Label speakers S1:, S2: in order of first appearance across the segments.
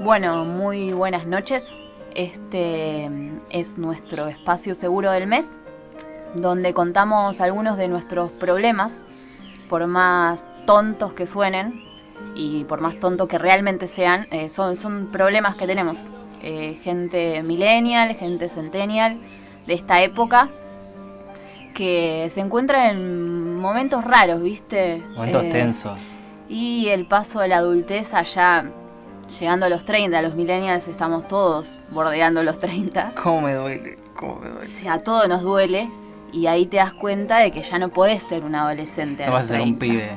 S1: Bueno, muy buenas noches. Este es nuestro espacio seguro del mes, donde contamos algunos de nuestros problemas, por más tontos que suenen y por más tontos que realmente sean, eh, son, son problemas que tenemos. Eh, gente millennial, gente centennial de esta época, que se encuentra en momentos raros, ¿viste?
S2: Momentos
S1: Eh,
S2: tensos.
S1: Y el paso de la adultez allá, llegando a los 30, los millennials estamos todos bordeando los 30.
S2: ¿Cómo me duele? ¿Cómo me
S1: O
S2: duele?
S1: sea, a todo nos duele y ahí te das cuenta de que ya no podés ser un adolescente. a
S2: No vas a
S1: los
S2: ser un
S1: 30.
S2: pibe.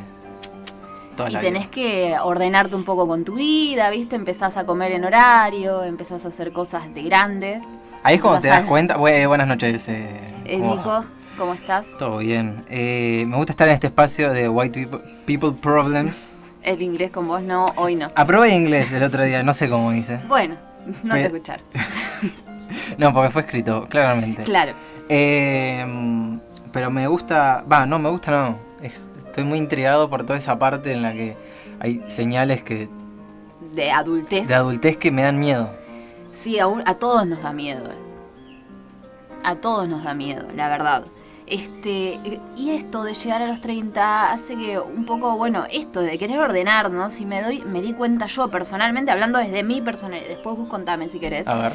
S2: Toda
S1: Y
S2: la
S1: tenés
S2: vida.
S1: que ordenarte un poco con tu vida, ¿viste? Empezás a comer en horario, empezás a hacer cosas de grande.
S2: Ahí es cuando
S1: vas
S2: te das
S1: a-
S2: cuenta. Bue- buenas noches, eh,
S1: Eh,
S2: ¿cómo
S1: Nico,
S2: va?
S1: ¿cómo estás?
S2: Todo bien. Eh, me gusta estar en este espacio de White People, people Problems.
S1: El inglés con vos no, hoy no.
S2: Aprobé inglés el otro día, no sé cómo hice.
S1: Bueno, no te
S2: Me-
S1: escuchar.
S2: No, porque fue escrito, claramente.
S1: Claro.
S2: Eh, pero me gusta. Va, no, me gusta, no. Es- estoy muy intrigado por toda esa parte en la que hay señales que
S1: De adultez.
S2: de adultez que me dan miedo.
S1: Sí, a, un- a todos nos da miedo. A todos nos da miedo, la verdad. Este, y esto de llegar a los 30 hace que un poco, bueno, esto de querer ordenarnos, y me doy, me di cuenta yo personalmente, hablando desde mi personal, después vos contame si querés,
S2: A ver.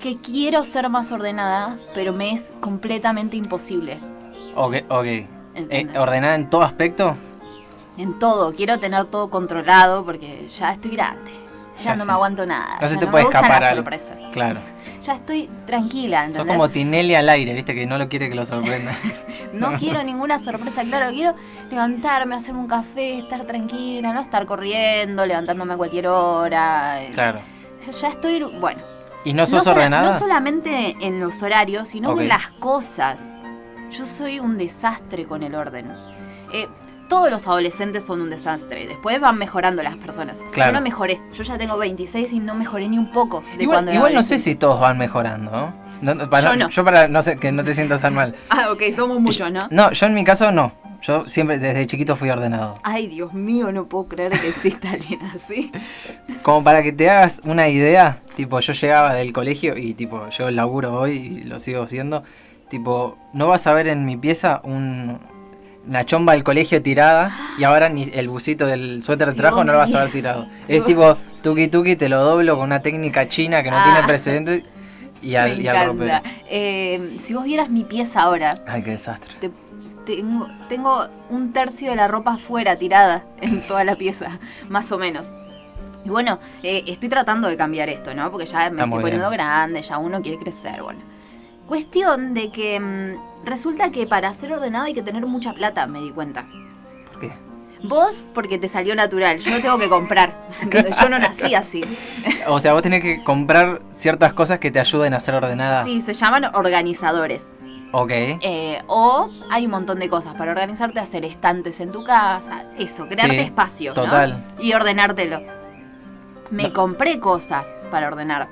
S1: que quiero ser más ordenada, pero me es completamente imposible.
S2: Ok, ok. Eh,
S1: ¿entendés?
S2: ¿Ordenada en todo aspecto?
S1: en todo, quiero tener todo controlado porque ya estoy grande. Ya,
S2: Ya
S1: no
S2: sí.
S1: me aguanto nada.
S2: No se
S1: ya
S2: te
S1: me
S2: puede
S1: gustan
S2: escapar
S1: las
S2: algo.
S1: sorpresas.
S2: Claro.
S1: Ya estoy tranquila, ¿entendés?
S2: Sos como Tinelli al aire, viste, que no lo quiere que lo sorprenda.
S1: No quiero ninguna sorpresa, claro, quiero levantarme, hacerme un café, estar tranquila, no estar corriendo, levantándome a cualquier hora. eh.
S2: claro.
S1: Ya estoy, bueno.
S2: ¿Y no sos
S1: sola-
S2: ordenada?
S1: no solamente en los horarios, sino
S2: Ok.
S1: con las cosas. Yo soy un desastre con el orden. Eh, todos los adolescentes son un desastre. Después van mejorando las personas.
S2: Claro.
S1: Yo no mejoré. Yo ya tengo 26 y no mejoré ni un poco de
S2: igual
S1: cuando era
S2: igual no sé
S1: adolescente.
S2: si todos van mejorando, ¿no? No, no, para-
S1: Yo no.
S2: Yo para no sé, que no te sientas tan mal.
S1: Ah, ok, somos muchos, ¿no?
S2: No, yo en mi caso no. Yo siempre desde chiquito fui ordenado.
S1: Ay, Dios mío, no puedo creer que exista alguien así.
S2: Como para que te hagas una idea, tipo, yo llegaba del colegio y tipo, yo laburo hoy y lo sigo haciendo. Tipo, no vas a ver en mi pieza un, una chomba del colegio tirada y ahora ni el busito del suéter de
S1: Sí,
S2: trabajo no lo vas a
S1: hombre.
S2: ver tirado.
S1: Sí,
S2: es
S1: hombre.
S2: tipo, tuki tuki, te lo doblo con una técnica china que no
S1: Ah.
S2: tiene precedentes y al,
S1: Me
S2: y al
S1: encanta.
S2: ropero.
S1: Eh, si vos vieras mi pieza ahora,
S2: Ay, qué desastre.
S1: te- tengo, tengo un tercio de la ropa afuera tirada en toda la pieza, más o menos. Y bueno, eh, estoy tratando de cambiar esto, ¿no? Porque ya me
S2: Está muy
S1: estoy poniendo
S2: bien.
S1: grande, ya uno quiere crecer, bueno. Cuestión de que mm, resulta que para ser ordenado hay que tener mucha plata, me di cuenta.
S2: ¿Por qué?
S1: Vos, porque te salió natural, yo tengo que comprar. yo no nací así.
S2: O sea, vos tenés que comprar ciertas cosas que te ayuden a ser ordenada.
S1: Sí, se llaman organizadores.
S2: Ok.
S1: Eh, o hay un montón de cosas para organizarte, hacer estantes en tu casa, eso, crearte
S2: Sí,
S1: espacios, ¿no?
S2: total.
S1: Y ordenártelo. Me
S2: No.
S1: compré cosas para ordenar.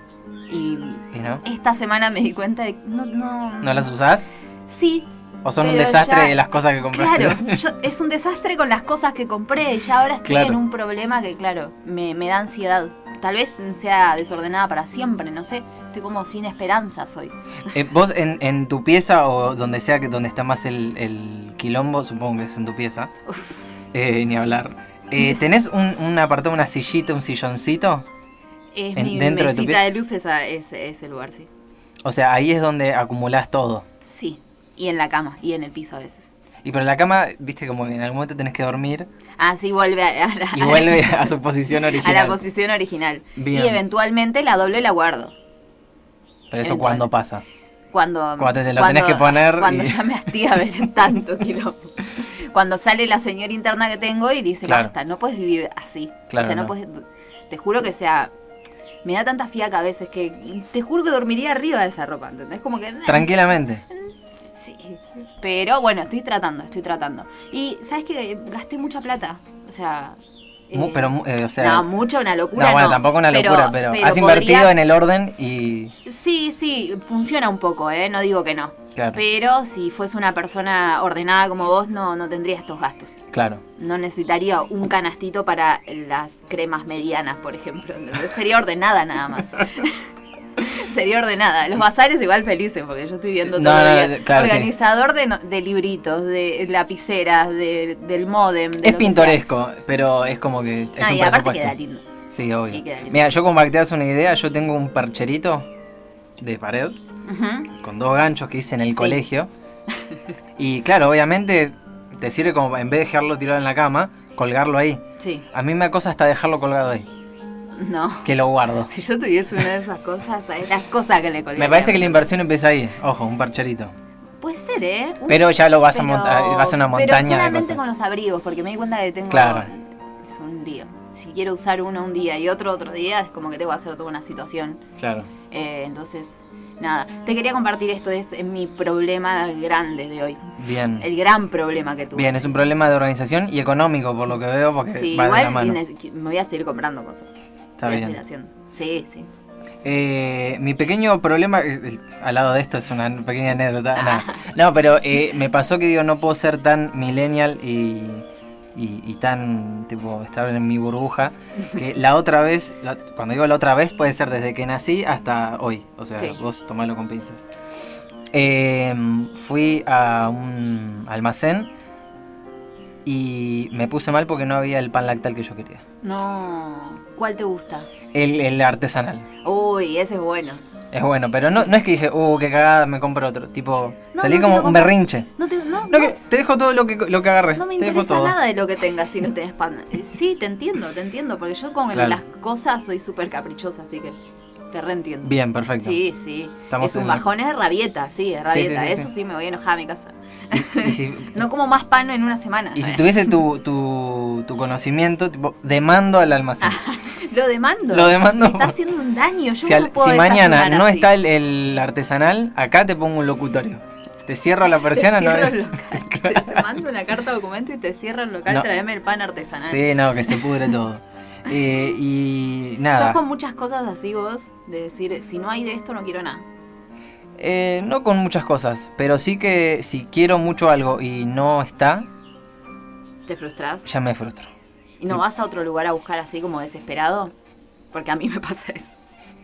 S1: Y
S2: ¿Y no?
S1: esta semana me di cuenta de que no, no.
S2: ¿No las usás?
S1: Sí,
S2: ¿O son un
S1: Pero
S2: desastre
S1: ya-
S2: de las cosas que compraste?
S1: claro. yo- es un desastre con las cosas que compré. Y ahora estoy
S2: Claro.
S1: en un problema que, claro, me, me da ansiedad. Tal vez sea desordenada para siempre, no sé. Estoy como sin esperanzas hoy.
S2: Eh, vos en, en tu pieza o donde sea que donde está más el, el quilombo, supongo que es en tu pieza,
S1: Uf.
S2: eh, ni hablar. Eh, ¿Tenés un, un apartado, una sillita, un silloncito?
S1: Es
S2: En-
S1: mi
S2: dentro de tu
S1: mesita
S2: pie-
S1: de, luces a ese, ese lugar, sí.
S2: O sea, ahí es donde acumulás todo.
S1: Sí, y en la cama, y en el piso a veces.
S2: Y pero la cama, viste, como que en algún momento tenés que dormir
S1: Ah, sí, vuelve a, a la,
S2: y vuelve a su posición
S1: Ah, a
S2: original.
S1: la posición original.
S2: Bien.
S1: Y eventualmente la doblo y la guardo.
S2: pero eso
S1: eventual.
S2: cuando pasa.
S1: Cuando,
S2: Cuando te la tenés que poner
S1: Cuando
S2: y-
S1: ya me hastía ver tanto quilombo. Cuando sale la señora interna que tengo y dice,
S2: Claro.
S1: basta, no puedes vivir así.
S2: Claro,
S1: o sea, no,
S2: no.
S1: puedes... Te juro que sea... Me da tanta fiaca a veces que te juro que dormiría arriba de esa ropa, ¿entendés? Como que...
S2: Tranquilamente.
S1: Sí. Pero bueno, estoy tratando, estoy tratando. Y sabes que gasté mucha plata. O sea.
S2: Mu-
S1: eh,
S2: pero, mu- eh, o sea...
S1: no, mucha una locura. No,
S2: no, bueno, tampoco una locura, pero, has
S1: podría-
S2: invertido en el orden y...
S1: Sí, sí, funciona un poco, ¿eh? No digo que no.
S2: Claro.
S1: Pero si fuese una persona ordenada como vos, no, no tendría estos gastos.
S2: Claro.
S1: No necesitaría un canastito para las cremas medianas, por ejemplo. ¿entendés? Sería ordenada nada más. Sería ordenada. Los bazares igual felices, porque yo estoy viendo
S2: No,
S1: todo el
S2: no,
S1: día.
S2: no, claro, sí.
S1: Organizador de, no- de libritos, de lapiceras, de- del modem.
S2: Es pintoresco, pero es como que es
S1: Ah,
S2: un
S1: y aparte
S2: presupuesto.
S1: queda lindo.
S2: Sí, obvio.
S1: Sí, queda lindo.
S2: Mira, yo como para que te das una idea, yo tengo un percherito de pared
S1: Ujú.
S2: con dos ganchos que hice en el
S1: Sí.
S2: colegio. Y claro, obviamente te sirve como en vez de dejarlo tirado en la cama, colgarlo ahí.
S1: Sí,
S2: A mí me acosa hasta dejarlo colgado ahí,
S1: no.
S2: que lo guardo.
S1: Si yo tuviese una de esas cosas, es las cosas que le colgaría.
S2: Me parece que la inversión empieza ahí. Ojo, un parcherito.
S1: Puede ser, ¿eh? Un
S2: Pero ya lo vas a
S1: Pero-
S2: montar, vas a una montaña
S1: Pero
S2: de
S1: solamente
S2: cosas.
S1: con los abrigos, porque me di cuenta que tengo.
S2: Claro.
S1: Es un lío. Si quiero usar uno un día y otro otro día, es como que tengo que hacer toda una situación.
S2: Claro.
S1: Eh, entonces, nada. Te quería compartir esto, es eh, mi problema grande de hoy.
S2: Bien.
S1: El gran problema que tuve.
S2: Mm. Bien, es un problema de organización y económico por lo que veo porque
S1: Sí,
S2: va de la
S1: igual y
S2: mano.
S1: nece- me voy a seguir comprando cosas.
S2: Está
S1: Voy a
S2: bien.
S1: seguir haciendo. Sí, sí.
S2: Eh, mi pequeño problema, eh, eh, al lado de esto es una pequeña anécdota, nada. no, pero eh, me pasó que digo, no puedo ser tan millennial y, y- y tan, tipo, estar en mi burbuja, que la otra vez, la- cuando digo la otra vez, puede ser desde que nací hasta hoy, o sea,
S1: Sí.
S2: vos tomalo con pinzas. Eh, fui a un almacén y me puse mal porque no había el pan lactal que yo quería,
S1: No. ¿Cuál te gusta?
S2: el, el artesanal.
S1: Uy, ese es bueno.
S2: Es bueno, pero no, no es que dije, uh, qué cagada, me compro otro. Tipo,
S1: No,
S2: salí
S1: no,
S2: como
S1: te lo
S2: un
S1: compras.
S2: berrinche.
S1: No te, no,
S2: No,
S1: no.
S2: que te dejo todo lo que, lo que agarré.
S1: No me
S2: te dejo
S1: interesa
S2: Pues, todo.
S1: nada de lo que tengas si no tenés pan. Eh, Sí, te entiendo, te entiendo, porque yo con
S2: Claro.
S1: las cosas soy súper caprichosa, así que te reentiendo.
S2: Bien, perfecto.
S1: Sí, sí.
S2: Estamos
S1: es un
S2: en la-
S1: bajón, es rabieta, sí, es rabieta.
S2: sí, sí,
S1: Eso
S2: sí.
S1: sí. me voy a enojar a mi casa.
S2: Y si,
S1: No como más pan en una semana.
S2: y si tuviese tu, tu, tu conocimiento, tipo, demando al almacén.
S1: Lo demando.
S2: Lo
S1: Me
S2: demando.
S1: Ah. está haciendo un daño. Yo
S2: si al-
S1: no puedo
S2: si mañana
S1: desayunar
S2: no
S1: así.
S2: está el, el artesanal, acá te pongo un locutorio. Te cierro la
S1: Te
S2: persiana,
S1: cierro
S2: no
S1: el local. Te mando una carta documento y te cierro el local,
S2: No.
S1: tráeme el pan artesanal.
S2: Sí, no, que se pudre todo. Eh, y
S1: Sos
S2: nada.
S1: con muchas cosas así vos, de decir, si no hay de esto no quiero nada.
S2: Eh, no con muchas cosas, pero sí que si quiero mucho algo y no está,
S1: ¿Te frustrás?
S2: ya me frustro.
S1: ¿Y no vas a otro lugar a buscar así como desesperado? Porque a mí me pasa eso.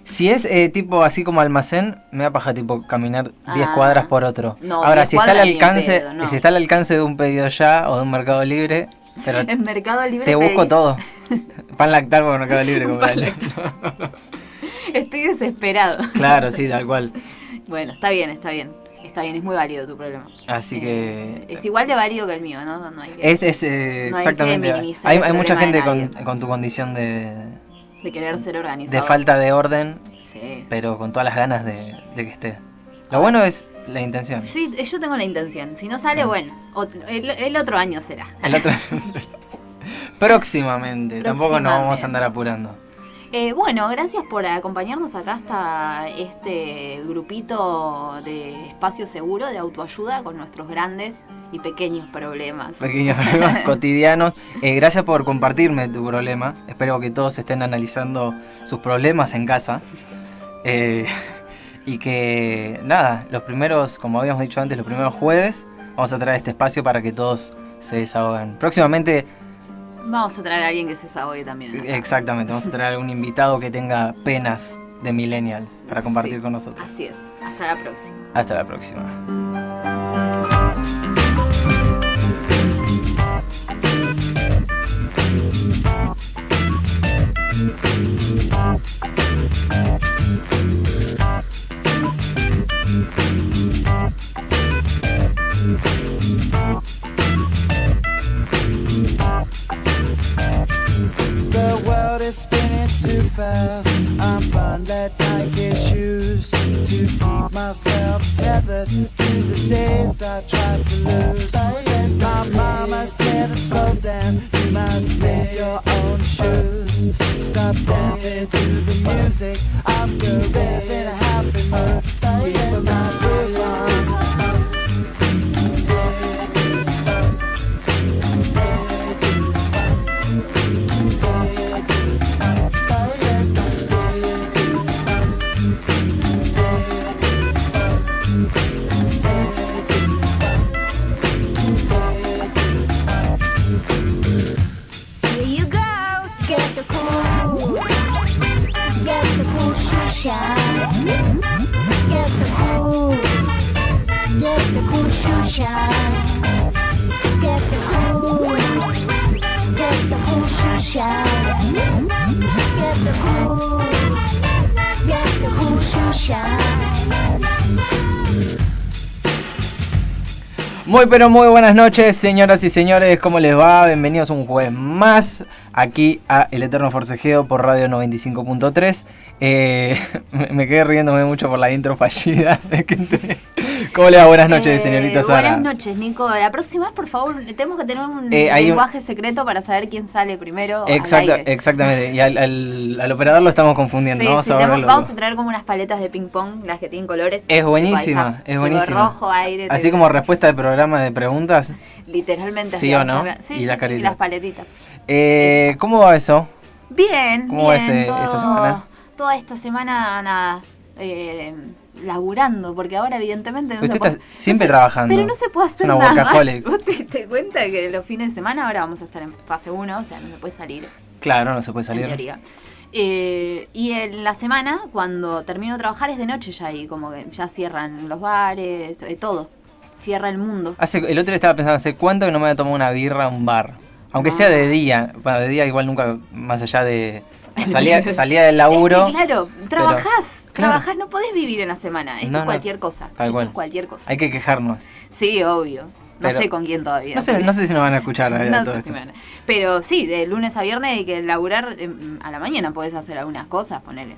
S2: Si es eh, tipo así como almacén, me da paja tipo caminar 10
S1: Ah.
S2: cuadras por otro.
S1: No,
S2: Ahora,
S1: 10
S2: si está, al
S1: cuadras ni en
S2: alcance,
S1: pedo, no.
S2: si está al alcance de un pedido ya o de un mercado libre, pero
S1: En Mercado Libre
S2: te busco
S1: pedís-
S2: todo. Pan lactar por mercado libre,
S1: Un
S2: comprale.
S1: Estoy desesperado.
S2: claro, sí, tal cual.
S1: Bueno, está bien, está bien. Está bien, es muy válido tu problema.
S2: Así
S1: Eh,
S2: que.
S1: es igual de válido que el mío, ¿no? No hay que
S2: Es, es, eh,
S1: no hay que
S2: exactamente. Hay,
S1: minimizar el
S2: hay mucha
S1: problema
S2: gente
S1: de
S2: con,
S1: nadie.
S2: con tu condición de,
S1: de querer ser organizado.
S2: de falta de orden,
S1: Sí.
S2: pero con todas las ganas de, de que esté. Lo bueno es la intención.
S1: Sí, eh, yo tengo la intención. Si no sale,
S2: Ah.
S1: bueno, ot- el, el otro año será.
S2: El otro- Próximamente, tampoco nos vamos
S1: Próximamente.
S2: a andar apurando.
S1: Eh, bueno, gracias por acompañarnos acá hasta este grupito de espacio seguro, de autoayuda, con nuestros grandes y pequeños problemas.
S2: Pequeños problemas cotidianos. Eh, gracias por compartirme tu problema. Espero que todos estén analizando sus problemas en casa. Eh, y que, nada, los primeros, como habíamos dicho antes, los primeros jueves, vamos a traer este espacio para que todos se desahogan. Próximamente,
S1: Vamos a traer a alguien que se desahogue también.
S2: Eh,
S1: acá.
S2: exactamente, vamos a traer algún invitado que tenga penas de millennials para compartir
S1: Sí.
S2: con nosotros.
S1: Así es. Hasta la próxima.
S2: Hasta la próxima.
S3: The world is spinning too fast. I'm bound that tight issues to keep myself tethered to the days I tried to lose. My mama said to slow down. You must make your own shoes. Stop dancing to the music. I'm in a happy mood. Keep my groove on.
S4: sunshine.
S2: Muy pero muy buenas noches, señoras y señores, ¿cómo les va? Bienvenidos un jueves más aquí a El Eterno Forcejeo por Radio 95.3. Eh, me, me quedé riéndome mucho por la intro fallida. de que entré. ¿Cómo le va? Buenas noches,
S1: Eh,
S2: señorita Sara.
S1: Buenas noches, Nico. La próxima, por favor, tenemos que tener un
S2: Eh, hay un- eh,
S1: lenguaje secreto para saber quién sale primero. al
S2: Exacta-
S1: aire.
S2: exactamente, y al, al- al operador lo estamos confundiendo.
S1: Sí,
S2: vamos
S1: sí,
S2: a
S1: tenemos-
S2: verlo.
S1: vamos a traer como unas paletas de ping pong, las que tienen colores.
S2: Es
S1: Ahí
S2: buenísima,
S1: está.
S2: es
S1: Tipo
S2: buenísima.
S1: rojo, aire.
S2: Así
S1: te-
S2: como respuesta de programa de preguntas.
S1: Literalmente.
S2: Sí
S1: así
S2: o no,
S1: vamos a- Sí,
S2: y
S1: sí,
S2: la
S1: sí,
S2: carita.
S1: las paletitas.
S2: Eh, ¿Cómo va eso?
S1: Bien,
S2: ¿Cómo
S1: bien.
S2: va ese-
S1: todo-
S2: esa semana?
S1: Toda esta semana, nada, eh, laburando, porque ahora evidentemente no
S2: Usted
S1: se puede-
S2: está siempre
S1: no se-
S2: trabajando.
S1: Pero no se puede hacer
S2: una
S1: nada más.
S2: workaholic.
S1: ¿Vos te diste cuenta que los fines de semana ahora vamos a estar en fase 1, o sea, no se puede salir,
S2: Claro, no se puede
S1: en
S2: salir.
S1: teoría. Eh, y en la semana, cuando termino de trabajar, es de noche ya y como que ya cierran los bares, eh, todo. Cierra el mundo.
S2: Hace, el otro día estaba pensando, ¿hace cuánto que no me había tomado una birra a un bar? Aunque
S1: No.
S2: sea de día, bueno, de día igual nunca, más allá de... Salía, salía del
S1: Es
S2: laburo,
S1: que, claro, trabajás,
S2: claro.
S1: trabajás, no podés vivir en la semana. Esto
S2: No,
S1: es
S2: no.
S1: cualquier cosa.
S2: Tal
S1: esto
S2: cual.
S1: es cualquier cosa.
S2: hay que quejarnos.
S1: Sí, obvio. No
S2: Pero-
S1: sé con quién todavía.
S2: No sé, no sé si nos van a escuchar. eh,
S1: No
S2: todo
S1: sé si
S2: esto.
S1: me van a- Pero sí, de lunes a viernes hay que laburar eh, a la mañana podés hacer algunas cosas, ponele.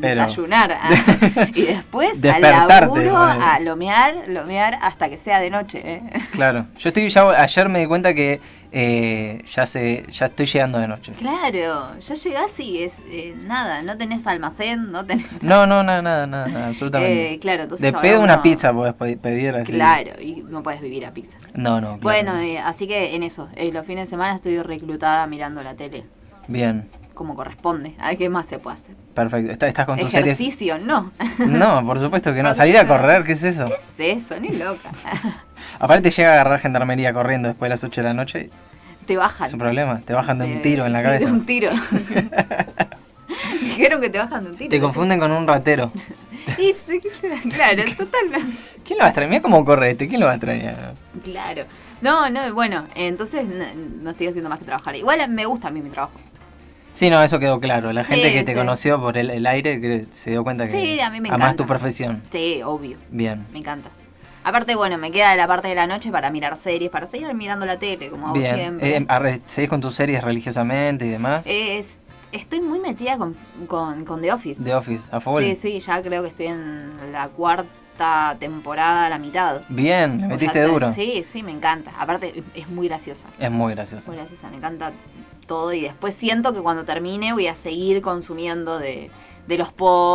S2: Pero-
S1: Desayunar ah, y después al
S2: Despertarte,
S1: laburo
S2: ponele.
S1: a lomear, lomear hasta que sea de noche. ¿eh?
S2: Claro, yo estoy ya, ayer me di cuenta que eh, ya se, ya estoy llegando de noche.
S1: Claro, ya llegás y es eh, nada, no tenés almacén, no tenés.
S2: No, no, nada, nada, nada, nada, absolutamente.
S1: Eh, claro, entonces
S2: de
S1: ahora
S2: pedo una
S1: uno-
S2: pizza podés pe- pedir así.
S1: Claro, y no puedes vivir a pizza.
S2: No, no. claro.
S1: Bueno, eh, así que en eso, eh, los fines de semana estoy reclutada mirando la tele,
S2: Bien,
S1: como corresponde. A ver qué más se puede hacer.
S2: perfecto. Está- estás con tus series.
S1: Ejercicio, no.
S2: No, por supuesto que no. Salir a correr, ¿qué es eso?
S1: ¿Qué es eso? Ni loca.
S2: Aparte te llega a agarrar gendarmería corriendo después de las 8 de la noche.
S1: Te bajan.
S2: Es un problema. Te bajan de un
S1: Te-
S2: tiro en la
S1: sí,
S2: cabeza.
S1: De un tiro. Dijeron que te bajan de un tiro.
S2: Te confunden con un ratero.
S1: Y sí, claro, total.
S2: ¿Quién lo va a extrañar? Mirá cómo corre este. ¿Quién lo va a extrañar?
S1: Claro. No, no, bueno, entonces no, no estoy haciendo más que trabajar. Igual me gusta a mí mi trabajo.
S2: Sí, no, eso quedó claro. La gente
S1: Sí,
S2: que te
S1: sí.
S2: conoció por el, el aire que se dio cuenta que
S1: Sí, a mí me
S2: amás
S1: encanta.
S2: tu profesión.
S1: Sí, obvio.
S2: Bien.
S1: Me encanta. Aparte, bueno, me queda la parte de la noche para mirar series, para seguir mirando la tele, como hago
S2: Bien.
S1: siempre.
S2: Eh, arre- ¿Seguís con tus series religiosamente y demás?
S1: Es- estoy muy metida con, con, con The Office.
S2: The Office, a full.
S1: Sí, sí, ya creo que estoy en la cuarta temporada, la mitad.
S2: Bien, le metiste
S1: Ya está-
S2: duro.
S1: Sí, sí, me encanta. Aparte, es muy graciosa.
S2: Es muy
S1: Es
S2: gracioso.
S1: muy graciosa, me encanta todo. Y después siento que cuando termine voy a seguir consumiendo de, de los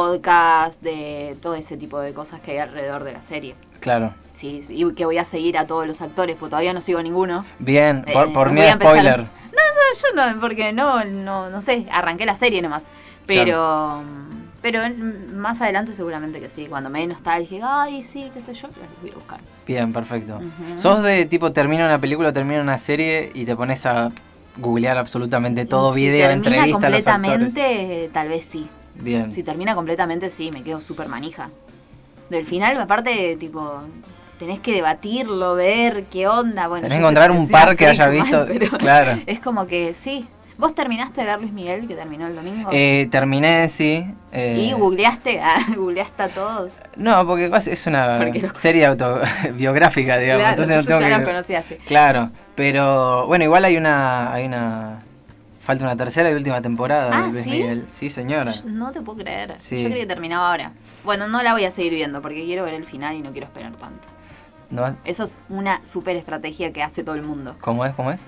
S1: podcasts, de todo ese tipo de cosas que hay alrededor de la serie.
S2: Claro.
S1: Sí, sí, y que voy a seguir a todos los actores, porque todavía no sigo a ninguno.
S2: Bien, por,
S1: Eh,
S2: por
S1: voy
S2: miedo
S1: a
S2: a
S1: empezar.
S2: spoiler.
S1: No, yo no, porque no, no, no sé, arranqué la serie nomás. Pero, pero mm, más adelante seguramente que sí, cuando me dé nostalgia, ay, sí, qué sé yo, las voy a buscar.
S2: Bien, perfecto.
S1: Ujú.
S2: ¿Sos de tipo termina una película, termina una serie y te pones a googlear absolutamente todo,
S1: Y si
S2: video,
S1: termina
S2: entrevista a los actores?
S1: completamente, eh, tal vez sí.
S2: Bien.
S1: Si termina completamente, sí, me quedo súper manija. Del final, aparte, tipo, tenés que debatirlo, ver qué onda. Bueno,
S2: Tenés
S1: yo
S2: que encontrar
S1: sé
S2: un
S1: soy
S2: par
S1: una
S2: que haya
S1: freak
S2: visto,
S1: pero
S2: claro.
S1: Es como que sí. ¿Vos terminaste de ver Luis Miguel, que terminó el domingo?
S2: Eh, terminé, sí. eh,
S1: y googleaste, ah, googleaste a todos.
S2: No, porque vas- es una
S1: Porque lo-
S2: serie autobiográfica, digamos.
S1: claro,
S2: entonces no
S1: entonces
S2: tengo
S1: ya
S2: que-
S1: los conocí así.
S2: Claro, pero bueno, igual hay una, hay una, falta una tercera y última temporada
S1: Ah,
S2: de Luis
S1: ¿sí?
S2: Miguel. Sí, señora.
S1: No te puedo creer.
S2: Sí.
S1: Yo creí que terminaba ahora. Bueno, no la voy a seguir viendo porque quiero ver el final y no quiero esperar tanto.
S2: No,
S1: Eso es una super estrategia que hace todo el mundo.
S2: ¿Cómo es? ¿Cómo es?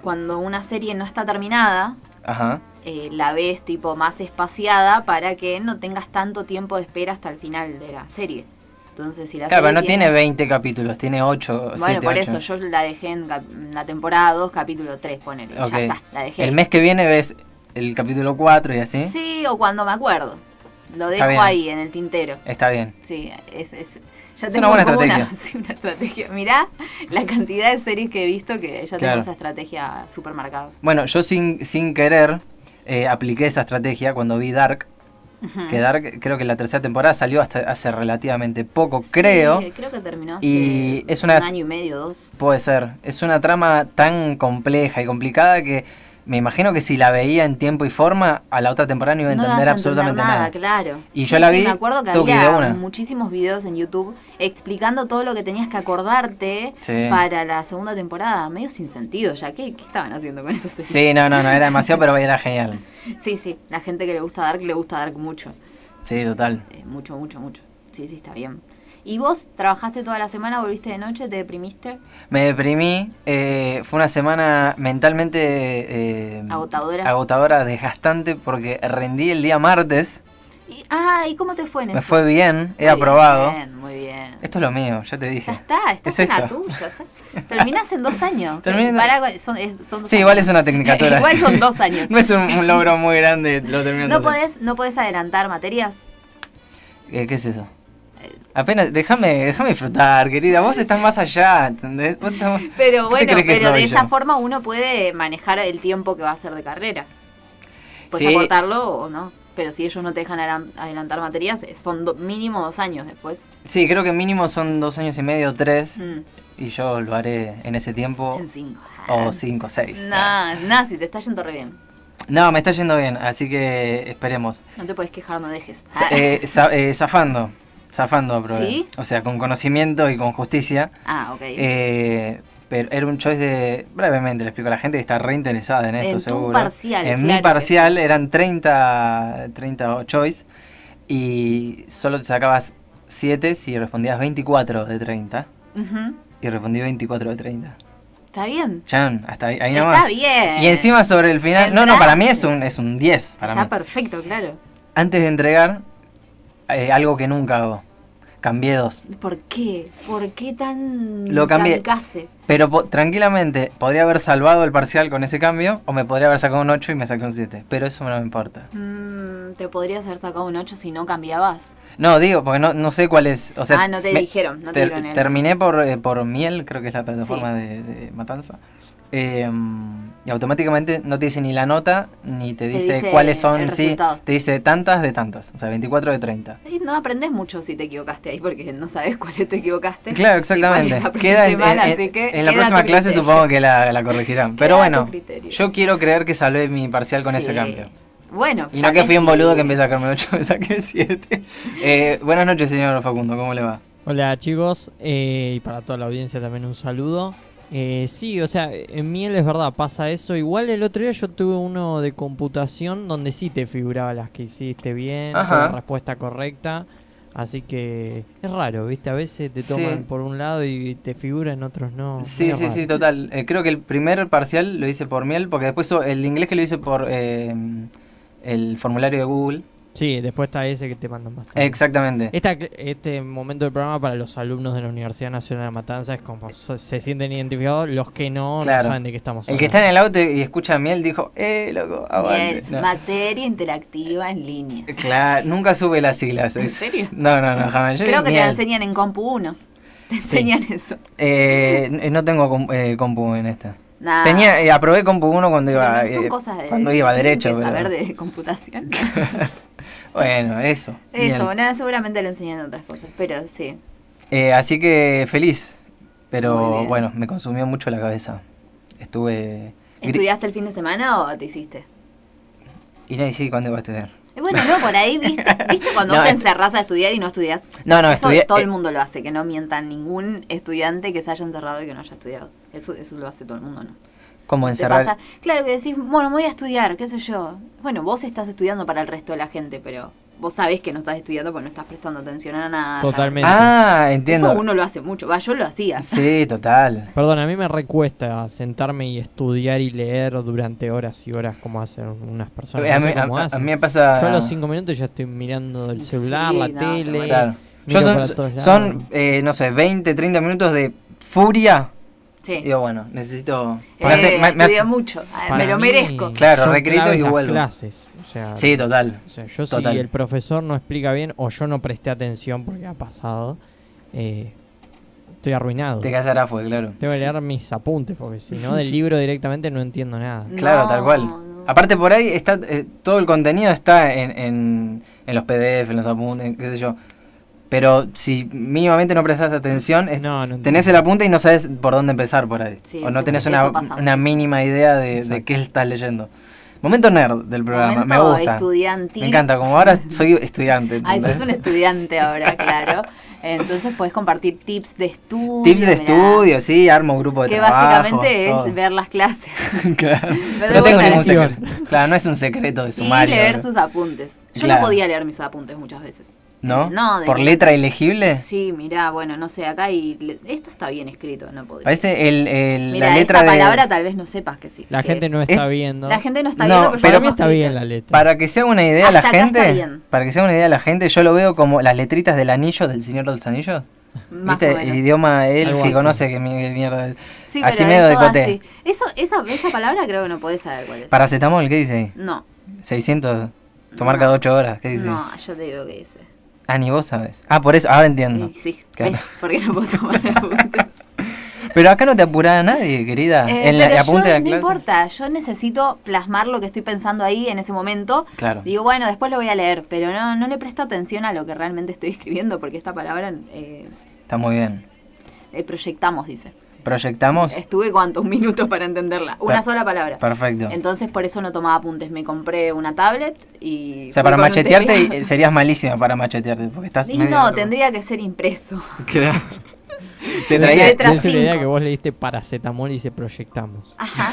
S1: Cuando una serie no está terminada,
S2: Ajá.
S1: eh, la ves tipo más espaciada para que no tengas tanto tiempo de espera hasta el final de la serie. Entonces, si la
S2: Claro, pero
S1: serie
S2: no tiene 20 capítulos, tiene 8,
S1: Bueno, por eso yo la dejé en, cap- en la temporada 2, capítulo 3, ponele. Ya está, la dejé.
S2: El mes que viene ves el capítulo 4 y así.
S1: Sí, o cuando me acuerdo. Lo dejo
S2: bien.
S1: ahí, en el tintero.
S2: Está bien.
S1: Sí, es, es, ya
S2: Es
S1: tengo
S2: una buena
S1: como Una,
S2: estrategia.
S1: sí, una estrategia. Mirá la cantidad de series que he visto que ya tengo
S2: Claro.
S1: esa estrategia súper marcada.
S2: Bueno, yo sin, sin querer eh, apliqué esa estrategia cuando vi Dark.
S1: Ujú.
S2: Que Dark, creo que la tercera temporada salió hasta hace relativamente poco,
S1: Sí,
S2: creo.
S1: creo que terminó hace
S2: Y es una-
S1: un año y medio, dos.
S2: Puede ser. Es una trama tan compleja y complicada que me imagino que si la veía en tiempo y forma, a la otra temporada no iba a
S1: no vas a
S2: entender
S1: entender
S2: absolutamente
S1: nada,
S2: nada.
S1: claro.
S2: Y yo la vi,
S1: Me acuerdo que
S2: tengo que ir de
S1: había
S2: una.
S1: muchísimos videos en YouTube explicando todo lo que tenías que acordarte
S2: Sí.
S1: para la segunda temporada. Medio sin sentido, ya. ¿Qué, qué estaban haciendo con eso?
S2: Sí, no, no, no, era demasiado, pero era genial.
S1: sí, sí. La gente que le gusta Dark le gusta Dark mucho.
S2: Sí, total.
S1: Eh, mucho, mucho, mucho. Sí, sí, está bien. ¿Y vos trabajaste toda la semana, volviste de noche, te deprimiste?
S2: Me deprimí, eh, fue una semana mentalmente eh,
S1: Agotadora.
S2: agotadora, desgastante, porque rendí el día martes,
S1: Y- ah, ¿y cómo te fue en
S2: me
S1: eso?
S2: fue bien, he
S1: Muy
S2: aprobado.
S1: Bien, muy bien.
S2: Esto es lo mío, ya te
S1: Ya
S2: dije.
S1: está, estás
S2: Es
S1: en la
S2: esto.
S1: tuya. estás- Terminás en dos años.
S2: Terminé en-
S1: Pará, son, es- son dos
S2: Sí,
S1: años.
S2: igual es una tecnicatura.
S1: igual
S2: sí.
S1: son dos años.
S2: no es un, un logro muy grande, lo termino en
S1: No
S2: dos años.
S1: podés, no podés adelantar materias.
S2: Eh, ¿Qué es eso? Apenas, déjame, déjame disfrutar, querida. Vos estás más allá, ¿entendés? Vos estás más-
S1: Pero
S2: ¿Qué te
S1: bueno,
S2: crees que
S1: pero
S2: soy
S1: de
S2: yo?
S1: esa forma uno puede manejar el tiempo que va a hacer de carrera. Puedes
S2: Sí.
S1: acortarlo o no. Pero si ellos no te dejan adelan- adelantar materias, eh, son do- mínimo dos años después.
S2: Sí, creo que mínimo son dos años y medio, tres.
S1: Mm,
S2: Y yo lo haré en ese tiempo.
S1: en cinco.
S2: O cinco, seis.
S1: Nah, nah, si te está yendo re bien.
S2: No, me está yendo bien, así que esperemos.
S1: No te puedes quejar, no dejes.
S2: Sa- eh, za- eh, zafando. Zafando, aprobé.
S1: Ah. ¿Sí?
S2: O sea, con conocimiento y con justicia.
S1: ah, ok.
S2: Eh, pero era un choice de. Brevemente le explico a la gente que está re interesada en esto,
S1: En tu
S2: seguro.
S1: parcial,
S2: En
S1: claro
S2: mi
S1: que
S2: parcial eran 30, 30 choice y solo te sacabas 7 si respondías 24 de 30.
S1: Ujú.
S2: Y respondí 24 de 30.
S1: Está bien.
S2: Chan, hasta ahí, ahí nomás.
S1: Está bien.
S2: Y encima sobre el final. No, no, para mí es un, es un 10. Para
S1: Está
S2: mí.
S1: perfecto, claro.
S2: Antes de entregar, eh, algo que nunca hago. Cambié dos.
S1: ¿Por qué? ¿Por qué tan
S2: Lo cambié.
S1: kamikaze?
S2: Pero po- tranquilamente podría haber salvado el parcial con ese cambio o me podría haber sacado un 8 y me saqué un 7. Pero eso no me importa.
S1: Mm, te podrías haber sacado un 8 si no cambiabas.
S2: No, digo, porque no, no sé cuál es. O sea,
S1: Ah, no te dijeron, no te dieron el-
S2: Terminé por, eh, por Miel, creo que es la plataforma de, de Matanza. Eh, y automáticamente no te dice ni la nota, ni te dice,
S1: dice
S2: cuáles
S1: el
S2: son. Sí,
S1: resultado.
S2: te dice tantas de tantas. O sea, 24 de 30.
S1: Y no aprendes mucho si te equivocaste ahí, porque no sabes cuáles te equivocaste.
S2: Claro,
S1: y
S2: exactamente.
S1: cuáles aprendiste
S2: Queda en,
S1: mal,
S2: en-
S1: así que
S2: en
S1: queda
S2: la próxima
S1: tu
S2: clase
S1: criterio.
S2: supongo que la, la corregirán. Pero
S1: a tu
S2: bueno,
S1: criterio.
S2: yo quiero creer que salvé mi parcial con ese
S1: Sí.
S2: cambio.
S1: Bueno.
S2: Y no
S1: tal
S2: que
S1: vez
S2: fui un
S1: sí.
S2: boludo que empecé a sacarme 8, me saqué 7. Eh, buenas noches, señor Facundo, ¿cómo le va?
S4: Hola chicos, eh, y para toda la audiencia también un saludo. Eh, sí, o sea, en miel es verdad, pasa eso. Igual el otro día yo tuve uno de computación donde sí te figuraba las que hiciste bien, con
S2: Ajá.
S4: la respuesta correcta. Así que es raro, ¿viste? A veces te
S2: Sí.
S4: toman por un lado y te figuran, otros no.
S2: Sí,
S4: Medio
S2: sí,
S4: raro.
S2: sí, total. Eh, creo que el primer parcial lo hice por miel, porque después so- el inglés que lo hice por eh, el formulario de Google.
S4: Sí, después está ese que te mandan más tarde.
S2: Exactamente.
S4: Esta cl- Mm. este momento del programa para los alumnos de la Universidad Nacional de Matanza es como se, se sienten identificados, los que no,
S2: Claro.
S4: no saben de qué estamos
S2: El que está en el auto y escucha a miel dijo, eh, loco, aguante.
S1: Bien,
S2: No. Eh,
S1: Materia interactiva en línea.
S2: Claro, nunca sube las siglas.
S1: ¿En serio?
S2: No, no, no, jamás. Yo
S1: Creo que
S2: ni
S1: te la
S2: al-
S1: enseñan en Compu 1. Te enseñan eso.
S2: Eh, n- no tengo com- eh, compu en esta.
S1: Nah.
S2: Tenía, eh, aprobé compu 1 cuando
S1: Pero
S2: iba,
S1: no Ah. son
S2: eh,
S1: cosas de,
S2: cuando iba
S1: que tienen
S2: derecho.
S1: que
S2: pero-
S1: saber de computación.
S2: Bueno, eso.
S1: Eso,
S2: Bien.
S1: nada, seguramente lo enseñan en otras cosas, pero sí.
S2: Eh, así que feliz.
S1: Muy
S2: Pero
S1: bien.
S2: bueno, me consumió mucho la cabeza. Estuve. gri-
S1: ¿Estudiaste el fin de semana o te hiciste?
S2: Y no, y sí, ¿cuándo iba a estudiar?
S1: Y bueno, no, por ahí, ¿viste? ¿Viste cuando
S2: No,
S1: vos te
S2: es-
S1: encerrás a estudiar y no estudias?
S2: No, no,
S1: Eso
S2: estudié-
S1: todo el
S2: eh,
S1: mundo lo hace, que no mienta ningún estudiante que se haya encerrado y que no haya estudiado. Eso, eso lo hace todo el mundo, ¿no?
S2: Como
S1: Te
S2: encerrar.
S1: pasa- claro que decís, bueno, me voy a estudiar, qué sé yo. Bueno, vos estás estudiando para el resto de la gente, pero vos sabés que no estás estudiando porque no estás prestando atención a nada.
S4: Totalmente.
S2: Ah,
S1: Eso
S2: entiendo.
S1: uno lo hace mucho. Va, yo lo hacía.
S2: Sí, total.
S4: Perdón, a mí me recuesta sentarme y estudiar y leer durante horas y horas como hacen unas
S2: A
S4: personas.
S2: mí,
S4: No sé
S2: a-
S4: cómo
S2: a- a
S4: hacen.
S2: mí me pasa.
S4: Yo a los cinco minutos ya estoy mirando el celular,
S1: Sí,
S4: la
S1: no,
S4: tele.
S2: Claro. Yo
S4: miro
S2: son,
S4: para todos lados.
S2: son eh, no sé, 20, 30 minutos de furia.
S1: Sí.
S2: Digo, bueno, necesito.
S1: Eh,
S2: me hace- me- me hace-
S1: estudié mucho. Ah,
S4: Para
S1: me lo
S4: mí
S1: merezco.
S2: Claro,
S4: son
S2: recreo
S4: claves
S2: y
S4: las
S2: vuelvo.
S4: clases. O sea,
S2: Sí, total.
S4: o sea, yo
S2: total.
S4: si el profesor no explica bien o yo no presté atención porque ha pasado, eh, estoy arruinado.
S2: Te quedas a fue, claro.
S4: Tengo que leer mis apuntes porque si no del libro directamente no entiendo nada.
S2: Claro,
S1: No,
S2: tal cual.
S1: no.
S2: Aparte por ahí está eh, todo el contenido está en, en, en los PDF, en los apuntes, qué sé yo. Pero si mínimamente no prestas atención, es-
S4: No, no
S2: tenés
S4: entiendo.
S2: el apunte y no sabes por dónde empezar por ahí.
S1: Sí,
S2: o no
S1: eso-
S2: tenés
S1: eso
S2: una,
S1: pasa mucho.
S2: una mínima idea de, de qué estás leyendo. Momento nerd del programa, me
S1: Momento
S2: gusta.
S1: estudiantil.
S2: Me encanta, como ahora soy estudiante.
S1: Ay, sos
S2: ¿entendés?
S1: un estudiante ahora, claro. Entonces podés compartir tips de estudio.
S2: Tips de
S1: mirá,
S2: estudio, sí, armo grupo de
S1: Que
S2: trabajo.
S1: básicamente es
S2: todo.
S1: ver las clases.
S2: Claro.
S1: Pero
S2: No tengo
S1: buena
S2: ningún
S4: lección.
S2: secreto. Claro, no es un secreto de
S1: Y
S2: sumario.
S1: leer sus apuntes. Yo
S2: Claro.
S1: no podía leer mis apuntes muchas veces.
S2: ¿No?
S1: No, de-
S2: ¿Por letra ilegible?
S1: Sí, mirá, bueno, no sé, acá y le- esto está bien escrito, no podría.
S2: Parece el, el-
S1: Mirá,
S2: la letra
S1: esta
S2: de...
S1: palabra tal vez no sepas que sí.
S4: La
S1: que
S4: gente
S1: es.
S4: no está viendo.
S1: La gente no está
S2: No,
S1: viendo, pero, yo
S4: Para
S1: lo
S4: mí
S1: tengo
S4: está
S1: escrito.
S4: bien la letra.
S2: Para que sea una idea
S1: Hasta
S2: la
S1: acá está
S2: gente,
S1: bien.
S2: para que sea una idea la gente, yo lo veo como las letritas del anillo del Señor de los Anillos.
S1: Más
S2: ¿Viste?
S1: o menos.
S2: El idioma
S4: Algo
S2: élfico,
S4: así.
S2: no sé qué mi- mierda. es.
S1: Sí, pero
S2: así
S1: es
S2: medio de
S1: todo
S2: coté.
S1: así. Eso, esa, esa palabra creo que no podés saber cuál es.
S2: Paracetamol, ¿qué dice ahí?
S1: No,
S2: 600, tomar
S1: No.
S2: cada 8 horas, ¿qué dice?
S1: no, yo te digo que dice.
S2: Ah, ni vos sabes. Ah, por eso, ahora entiendo.
S1: Y sí,
S2: Claro.
S1: ¿ves? Porque no puedo tomar apuntes.
S2: Pero acá no te apura a nadie, querida.
S1: Eh,
S2: Ah, en la,
S1: pero
S2: el apunte
S1: yo,
S2: de la
S1: no
S2: clase.
S1: importa, yo necesito plasmar lo que estoy pensando ahí en ese momento.
S2: Claro.
S1: Digo, bueno, después lo voy a leer, pero no, no le presto atención a lo que realmente estoy escribiendo porque esta palabra eh,
S2: Está muy bien.
S1: eh, proyectamos, dice.
S2: ¿Proyectamos?
S1: Estuve cuántos minutos para entenderla. Una
S2: Per-
S1: sola palabra.
S2: Perfecto.
S1: Entonces por eso no tomaba apuntes. Me compré una tablet y...
S2: o sea,
S1: fui
S2: para
S1: con un
S2: machetearte
S1: teclado.
S2: eh, serías malísima para machetearte, porque estás
S1: Y
S2: medio-
S1: no, tendría que ser impreso.
S2: Claro. Se
S1: Desde
S2: traía...
S1: detrás.
S4: Dense la
S1: cinco.
S4: idea que vos leíste paracetamol y se proyectamos.
S1: Ajá.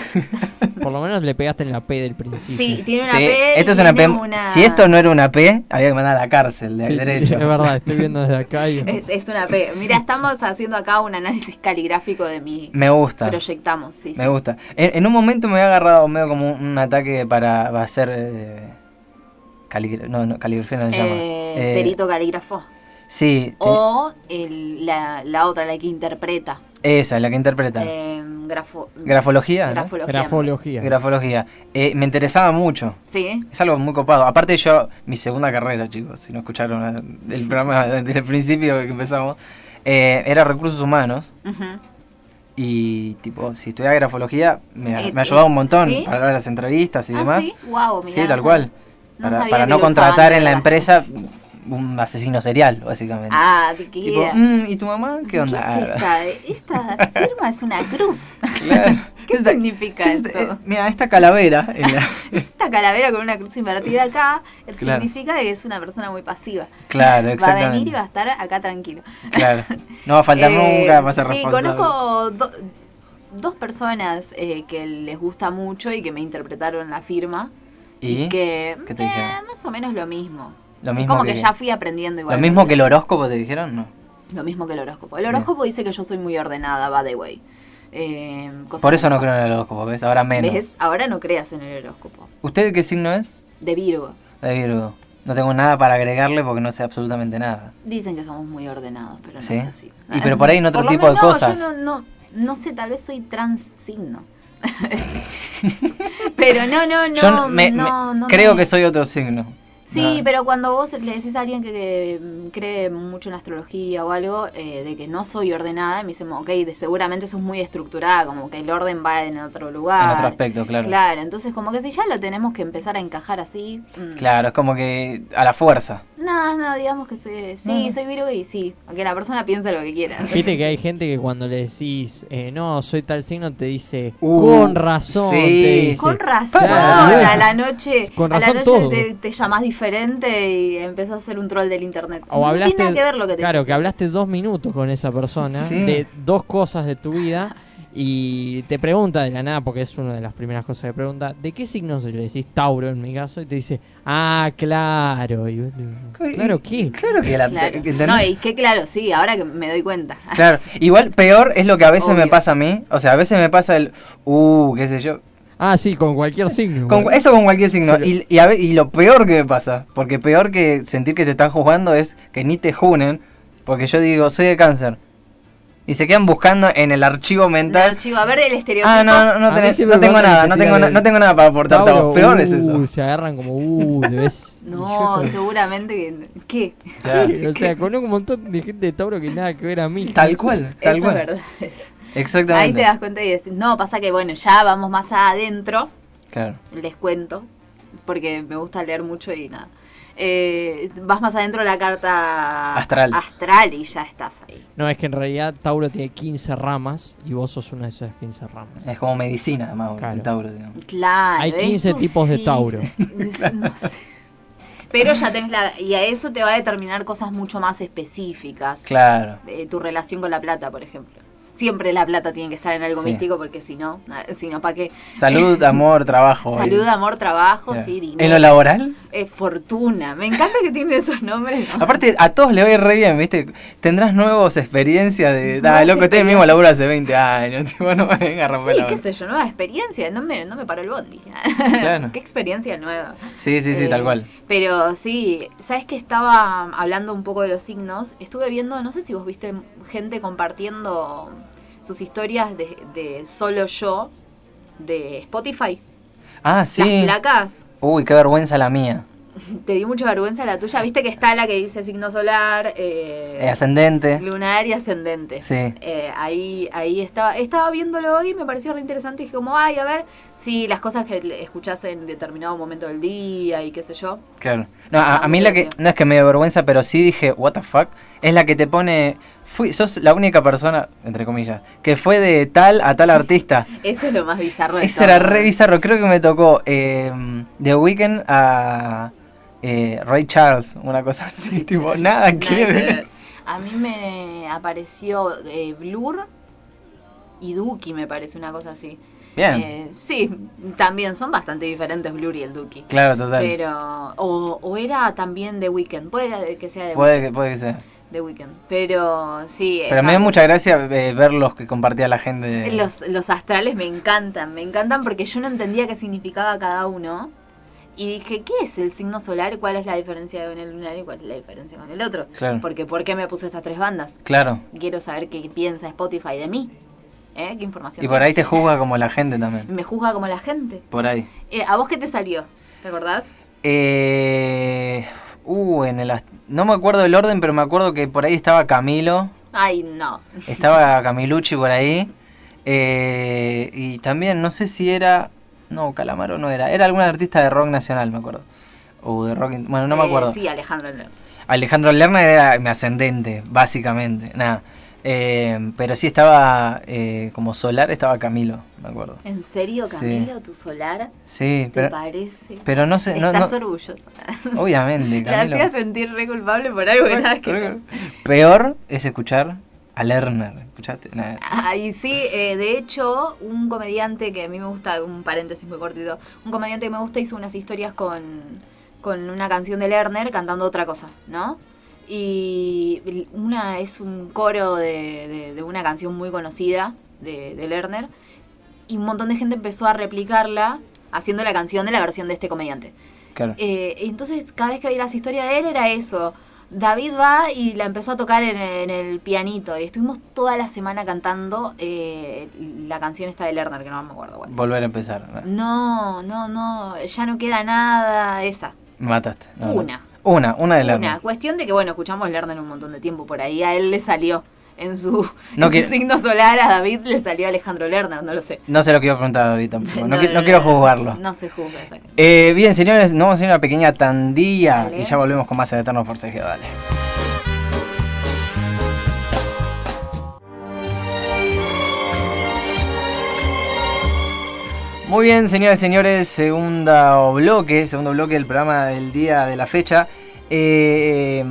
S4: Por lo menos le pegaste en la P del principio.
S1: Sí, tiene una
S2: Sí,
S1: P. y
S2: esto es una P.
S1: tiene una-
S2: Si esto no era una P, había que mandar a la cárcel de
S4: Sí,
S2: derecho.
S4: Es verdad, estoy viendo desde acá y...
S1: Es, es una P. Mira, estamos haciendo acá un análisis caligráfico de mi...
S2: Me gusta.
S1: Proyectamos, sí. sí.
S2: Me gusta. En, en un momento me había agarrado medio como un, un ataque para va a ser eh, caligra- no, no, caligrafía no se llama.
S1: Eh,
S2: Eh,
S1: perito calígrafo.
S2: Sí,
S1: O el- la, la otra, la que interpreta.
S2: te- esa, la que interpreta.
S1: Eh, grafo-
S2: Grafología, ¿no?
S1: grafología.
S4: Grafología.
S2: Grafología. Eh, me interesaba mucho.
S1: Sí.
S2: Es algo muy copado. Aparte yo, mi segunda carrera, chicos, si no escucharon eh, el programa desde el principio que empezamos, eh, era recursos humanos.
S1: Ujú.
S2: Y tipo, si estudiaba grafología, me,
S1: Eh,
S2: me ha ayudado un montón
S1: ¿sí?
S2: para dar las entrevistas y
S1: Ah,
S2: demás.
S1: sí, Guau, mirá,
S2: Sí, tal
S1: no
S2: cual.
S1: no
S2: para
S1: sabía
S2: para
S1: que
S2: no
S1: lo usaban
S2: contratar
S1: de
S2: en la
S1: verdad.
S2: empresa un asesino serial, básicamente.
S1: Ah, te queda.
S2: Tipo, "Mm, ¿y tu mamá? ¿Qué onda?
S1: es esta? Esta firma es una cruz.
S2: Claro.
S1: ¿Qué
S2: Esta-
S1: significa
S2: esta-
S1: esto?
S2: eh, mira, esta calavera. en la-
S1: Esta calavera con una cruz invertida acá el
S2: Claro.
S1: significa que es una persona muy pasiva.
S2: claro,
S1: Va a venir y
S2: exactamente.
S1: va a estar acá tranquilo.
S2: Claro. No va a faltar
S1: Eh,
S2: nunca, va a ser
S1: Sí,
S2: responsable.
S1: conozco do- dos personas eh, que les gusta mucho y que me interpretaron la firma.
S2: ¿Y?
S1: que
S2: ¿Qué te
S1: eh,
S2: dijeron?
S1: más o menos lo mismo.
S2: Lo
S1: Es
S2: mismo
S1: como que,
S2: que-
S1: ya fui aprendiendo
S2: ¿Lo
S1: igual.
S2: mismo que el horóscopo te dijeron? No.
S1: Lo mismo que el horóscopo. El horóscopo dice que yo soy muy ordenada, by the way. Eh, cosa
S2: Por
S1: que
S2: eso no creo
S1: pasa.
S2: en el horóscopo, ¿ves? Ahora menos.
S1: ¿Ves? Ahora no creas en el horóscopo.
S2: ¿Usted qué signo es?
S1: De Virgo.
S2: De Virgo. No tengo nada para agregarle porque no sé absolutamente nada.
S1: Dicen que somos muy ordenados, pero no
S2: Sí.
S1: es así.
S2: Y pero por ahí en otro
S1: lo
S2: tipo de
S1: menos- no,
S2: cosas.
S1: Yo no, no, no sé, tal vez soy trans signo. pero no, no, no.
S2: Yo me-
S1: no,
S2: me-
S1: no
S2: creo
S1: me-
S2: que soy otro signo.
S1: Sí,
S2: No.
S1: pero cuando vos le decís a alguien que, que, mm, cree mucho en astrología o algo, eh, de que no soy ordenada, me dicen, ok, de- seguramente sos muy estructurada, como que el orden va en otro lugar.
S2: En otro aspecto, claro. claro.
S1: Claro, entonces como que si ya lo tenemos que empezar a encajar así. mm,
S2: es como que a la fuerza.
S1: No, no, digamos que soy, sí,
S4: Mm.
S1: soy Virgo y sí, aunque la persona piense lo que quiera.
S4: Viste que hay gente que cuando le decís, eh, no, soy tal signo, te dice,
S2: Uh,
S4: con razón.
S2: sí.
S4: te dice.
S1: Con razón,
S4: Claro,
S1: a
S4: eso.
S1: la noche,
S4: Con
S1: a
S4: razón
S1: la noche
S4: todo.
S1: Te, te llamás diferente y empezás a ser un troll del internet.
S4: O
S1: no
S4: hablaste,
S1: tiene nada que ver lo que te
S4: claro, que hablaste dos minutos con esa persona
S2: Sí.
S4: de dos cosas de tu vida y te pregunta de la nada, porque es una de las primeras cosas que pregunta, ¿de qué signo soy? Le decís Tauro en mi caso y te dice, ah, claro. Y vos le- claro, ¿qué?
S2: Claro que la.
S1: Claro.
S2: que-
S1: No, y que claro, sí, ahora que me doy cuenta.
S2: Claro, igual peor es lo que a veces me
S1: Obvio.
S2: pasa a mí. O sea, a veces me pasa el. Uh, qué sé yo.
S4: Ah, sí, con cualquier signo.
S2: Con-
S4: boludo.
S2: eso con cualquier signo.
S4: Sí, lo-
S2: Y, y a ve- y lo peor que me pasa, porque peor que sentir que te están juzgando es que ni te junen, porque yo digo, soy de cáncer. Y se quedan buscando en el archivo
S1: El
S2: mental.
S1: archivo, a ver el estereotipo.
S2: Ah, no, no, no
S4: A mí
S2: tenés-
S4: siempre
S2: no tengo
S4: me
S2: nada,
S4: mandan
S2: no
S4: que
S2: tengo,
S4: tiran
S2: na-
S4: el-
S2: no tengo nada para aportarte a
S4: Tauro,
S2: vos. Peor es
S4: uh,
S2: eso.
S4: Se agarran como, uh, te ves.
S1: No,
S4: Y yo como,
S1: seguramente que... ¿Qué?
S2: Claro.
S4: "¿Qué?". O sea, conozco un montón de gente de Tauro que nada que ver a mí.
S2: Tal
S4: No sé.
S2: cual, tal
S1: Eso
S2: cual.
S1: es verdad. eso.
S2: Exactamente.
S1: Ahí te das cuenta y decís, no, pasa que bueno, ya vamos más adentro,
S2: Claro.
S1: les cuento, porque me gusta leer mucho y nada. eh, vas más adentro de la carta
S2: Astral.
S1: astral y ya estás ahí.
S4: No, es que en realidad Tauro tiene 15 ramas y vos sos una de esas 15 ramas.
S2: Es como medicina, además, el
S4: Claro.
S2: Tauro. digamos.
S1: Claro.
S4: Hay 15
S1: esto
S4: tipos de
S1: sí.
S4: Tauro.
S1: No sé. Pero ya tenés la... Y a eso te va a determinar cosas mucho más específicas.
S2: Claro.
S1: Eh, tu relación con la plata, por ejemplo. Siempre la plata tiene que estar en algo
S2: Sí.
S1: místico porque si no, na- si no, ¿para qué?
S2: Salud, amor, trabajo.
S1: Salud,
S2: y-
S1: amor, trabajo,
S2: Claro.
S1: sí, dinero.
S2: En lo laboral,
S1: eh, fortuna. Me encanta que tiene esos nombres. ¿no?
S2: aparte a todos le va a ir re bien, ¿viste? Tendrás nuevas experiencias de. Ah,
S1: Nuevas
S2: loco, estoy en el mismo
S1: experiencias.
S2: laburo hace 20 años, tipo, no me venga a romper
S1: Sí,
S2: la
S1: qué
S2: bola.
S1: sé yo, nueva experiencia. No me, no me paró el bondi.
S2: Claro.
S1: qué experiencia nueva.
S2: Sí, sí, sí,
S1: Eh,
S2: tal cual.
S1: Pero sí, sabes que estaba um, hablando un poco de los signos. Estuve viendo, no sé si vos viste gente compartiendo sus historias de, de solo yo de Spotify.
S2: Ah, sí.
S1: Las placas.
S2: Uy, qué vergüenza la mía.
S1: Te dio mucha vergüenza la tuya. Viste que está la que dice signo solar, eh,
S2: Eh, ascendente.
S1: lunar y ascendente.
S2: Sí.
S1: Eh, ahí ahí estaba, estaba viéndolo hoy, me pareció re interesante. Dije, como, ay, a ver, si las cosas que le- escuchás en determinado momento del día y qué sé yo.
S2: Claro. No, a, a mí
S1: Ah,
S2: la
S1: mira,
S2: que.
S1: mira.
S2: No es que me dio vergüenza, pero sí dije, what the fuck. Es la que te pone. Fui, sos la única persona, entre comillas, que fue de tal a tal artista.
S1: Eso es lo más bizarro de
S2: Ese era
S1: todo.
S2: re bizarro. Creo que me tocó eh, The Weeknd a eh, Ray Charles, una cosa así. tipo, nada
S1: Nada
S2: que
S1: que
S2: ver.
S1: ver. A mí me apareció eh, Blur y Duki, me parece una cosa así.
S2: Bien.
S1: Eh, sí, también son bastante diferentes Blur y el Duki.
S2: claro, total.
S1: Pero, o, o era también The Weeknd, puede que sea The,
S2: Puede que, puede que
S1: eh,
S2: sea.
S1: The Weeknd, pero sí. eh,
S2: Pero me dio
S1: ah,
S2: mucha gracia eh, ver los que compartía la gente.
S1: Eh, Los, los astrales me encantan, me encantan porque yo no entendía qué significaba cada uno. Y dije, ¿qué es el signo solar? ¿Cuál es la diferencia con el lunar y cuál es la diferencia con el otro?
S2: Claro.
S1: Porque ¿por qué me puse estas tres bandas?
S2: Claro.
S1: Quiero saber qué piensa Spotify de mí. ¿Eh? ¿Qué información?
S2: Y por
S1: tiene?
S2: ahí te juzga como la gente también.
S1: Me juzga como la gente.
S2: Por ahí.
S1: Eh, ¿A vos qué te salió? ¿Te acordás?
S2: Eh, uh, en el, ast- no me acuerdo del orden, pero me acuerdo que por ahí estaba Camilo,
S1: Ay, no.
S2: estaba Camilucci por ahí. eh, y también, no sé si era. No, Calamaro no era. Era algún artista de rock nacional, me acuerdo. O de rock. in- Bueno, no me
S1: Eh,
S2: acuerdo.
S1: sí, Alejandro. no.
S2: Alejandro Lerner era mi ascendente, básicamente. Nada. Eh, pero sí estaba eh, como solar, estaba Camilo, me acuerdo.
S1: ¿En serio,
S2: Sí.
S1: Camilo, tu solar?
S2: Sí,
S1: ¿Te
S2: pero,
S1: parece?
S2: pero no sé. No,
S1: Estás
S2: no-
S1: orgullosa.
S2: obviamente,
S1: La
S2: Camilo.
S1: hacía sentir re culpable por algo que nada que ver.
S2: Peor es escuchar a Lerner. ¿Escuchaste? Nah.
S1: Ay, sí, eh, de hecho, un comediante que a mí me gusta, un paréntesis muy cortito, un comediante que me gusta hizo unas historias con, con una canción de Lerner cantando otra cosa, ¿no? Y una es un coro de, de- de una canción muy conocida de, de Lerner y un montón de gente empezó a replicarla haciendo la canción de la versión de este comediante.
S2: Claro.
S1: Eh, entonces, cada vez que veía las historias de él era eso. David va y la empezó a tocar en el, en el pianito. Y estuvimos toda la semana cantando eh, la canción esta de Lerner, que no me acuerdo. cuál.
S2: Volver a empezar. nah.
S1: No, no, no, ya no queda nada. Esa.
S2: Me mataste. No, no.
S1: Una.
S2: Una, una de Lerner.
S1: Una cuestión de que, bueno, escuchamos Lerner un montón de tiempo por ahí. A él le salió en su,
S2: No
S1: en su
S2: que-
S1: signo solar, a David le salió Alejandro Lerner, no lo sé.
S2: No se lo quiero preguntar a David tampoco. No, qui- no
S1: no,
S2: quiero
S1: no.
S2: juzgarlo.
S1: No se juzga. exacto.
S2: Eh, bien, señores, nos vamos a ir a una pequeña tandilla
S1: Dale.
S2: y ya volvemos con más de Eterno Forcejeo. Dale. Muy bien, señoras y señores, segundo bloque, segundo bloque del programa del día de la fecha. Eh,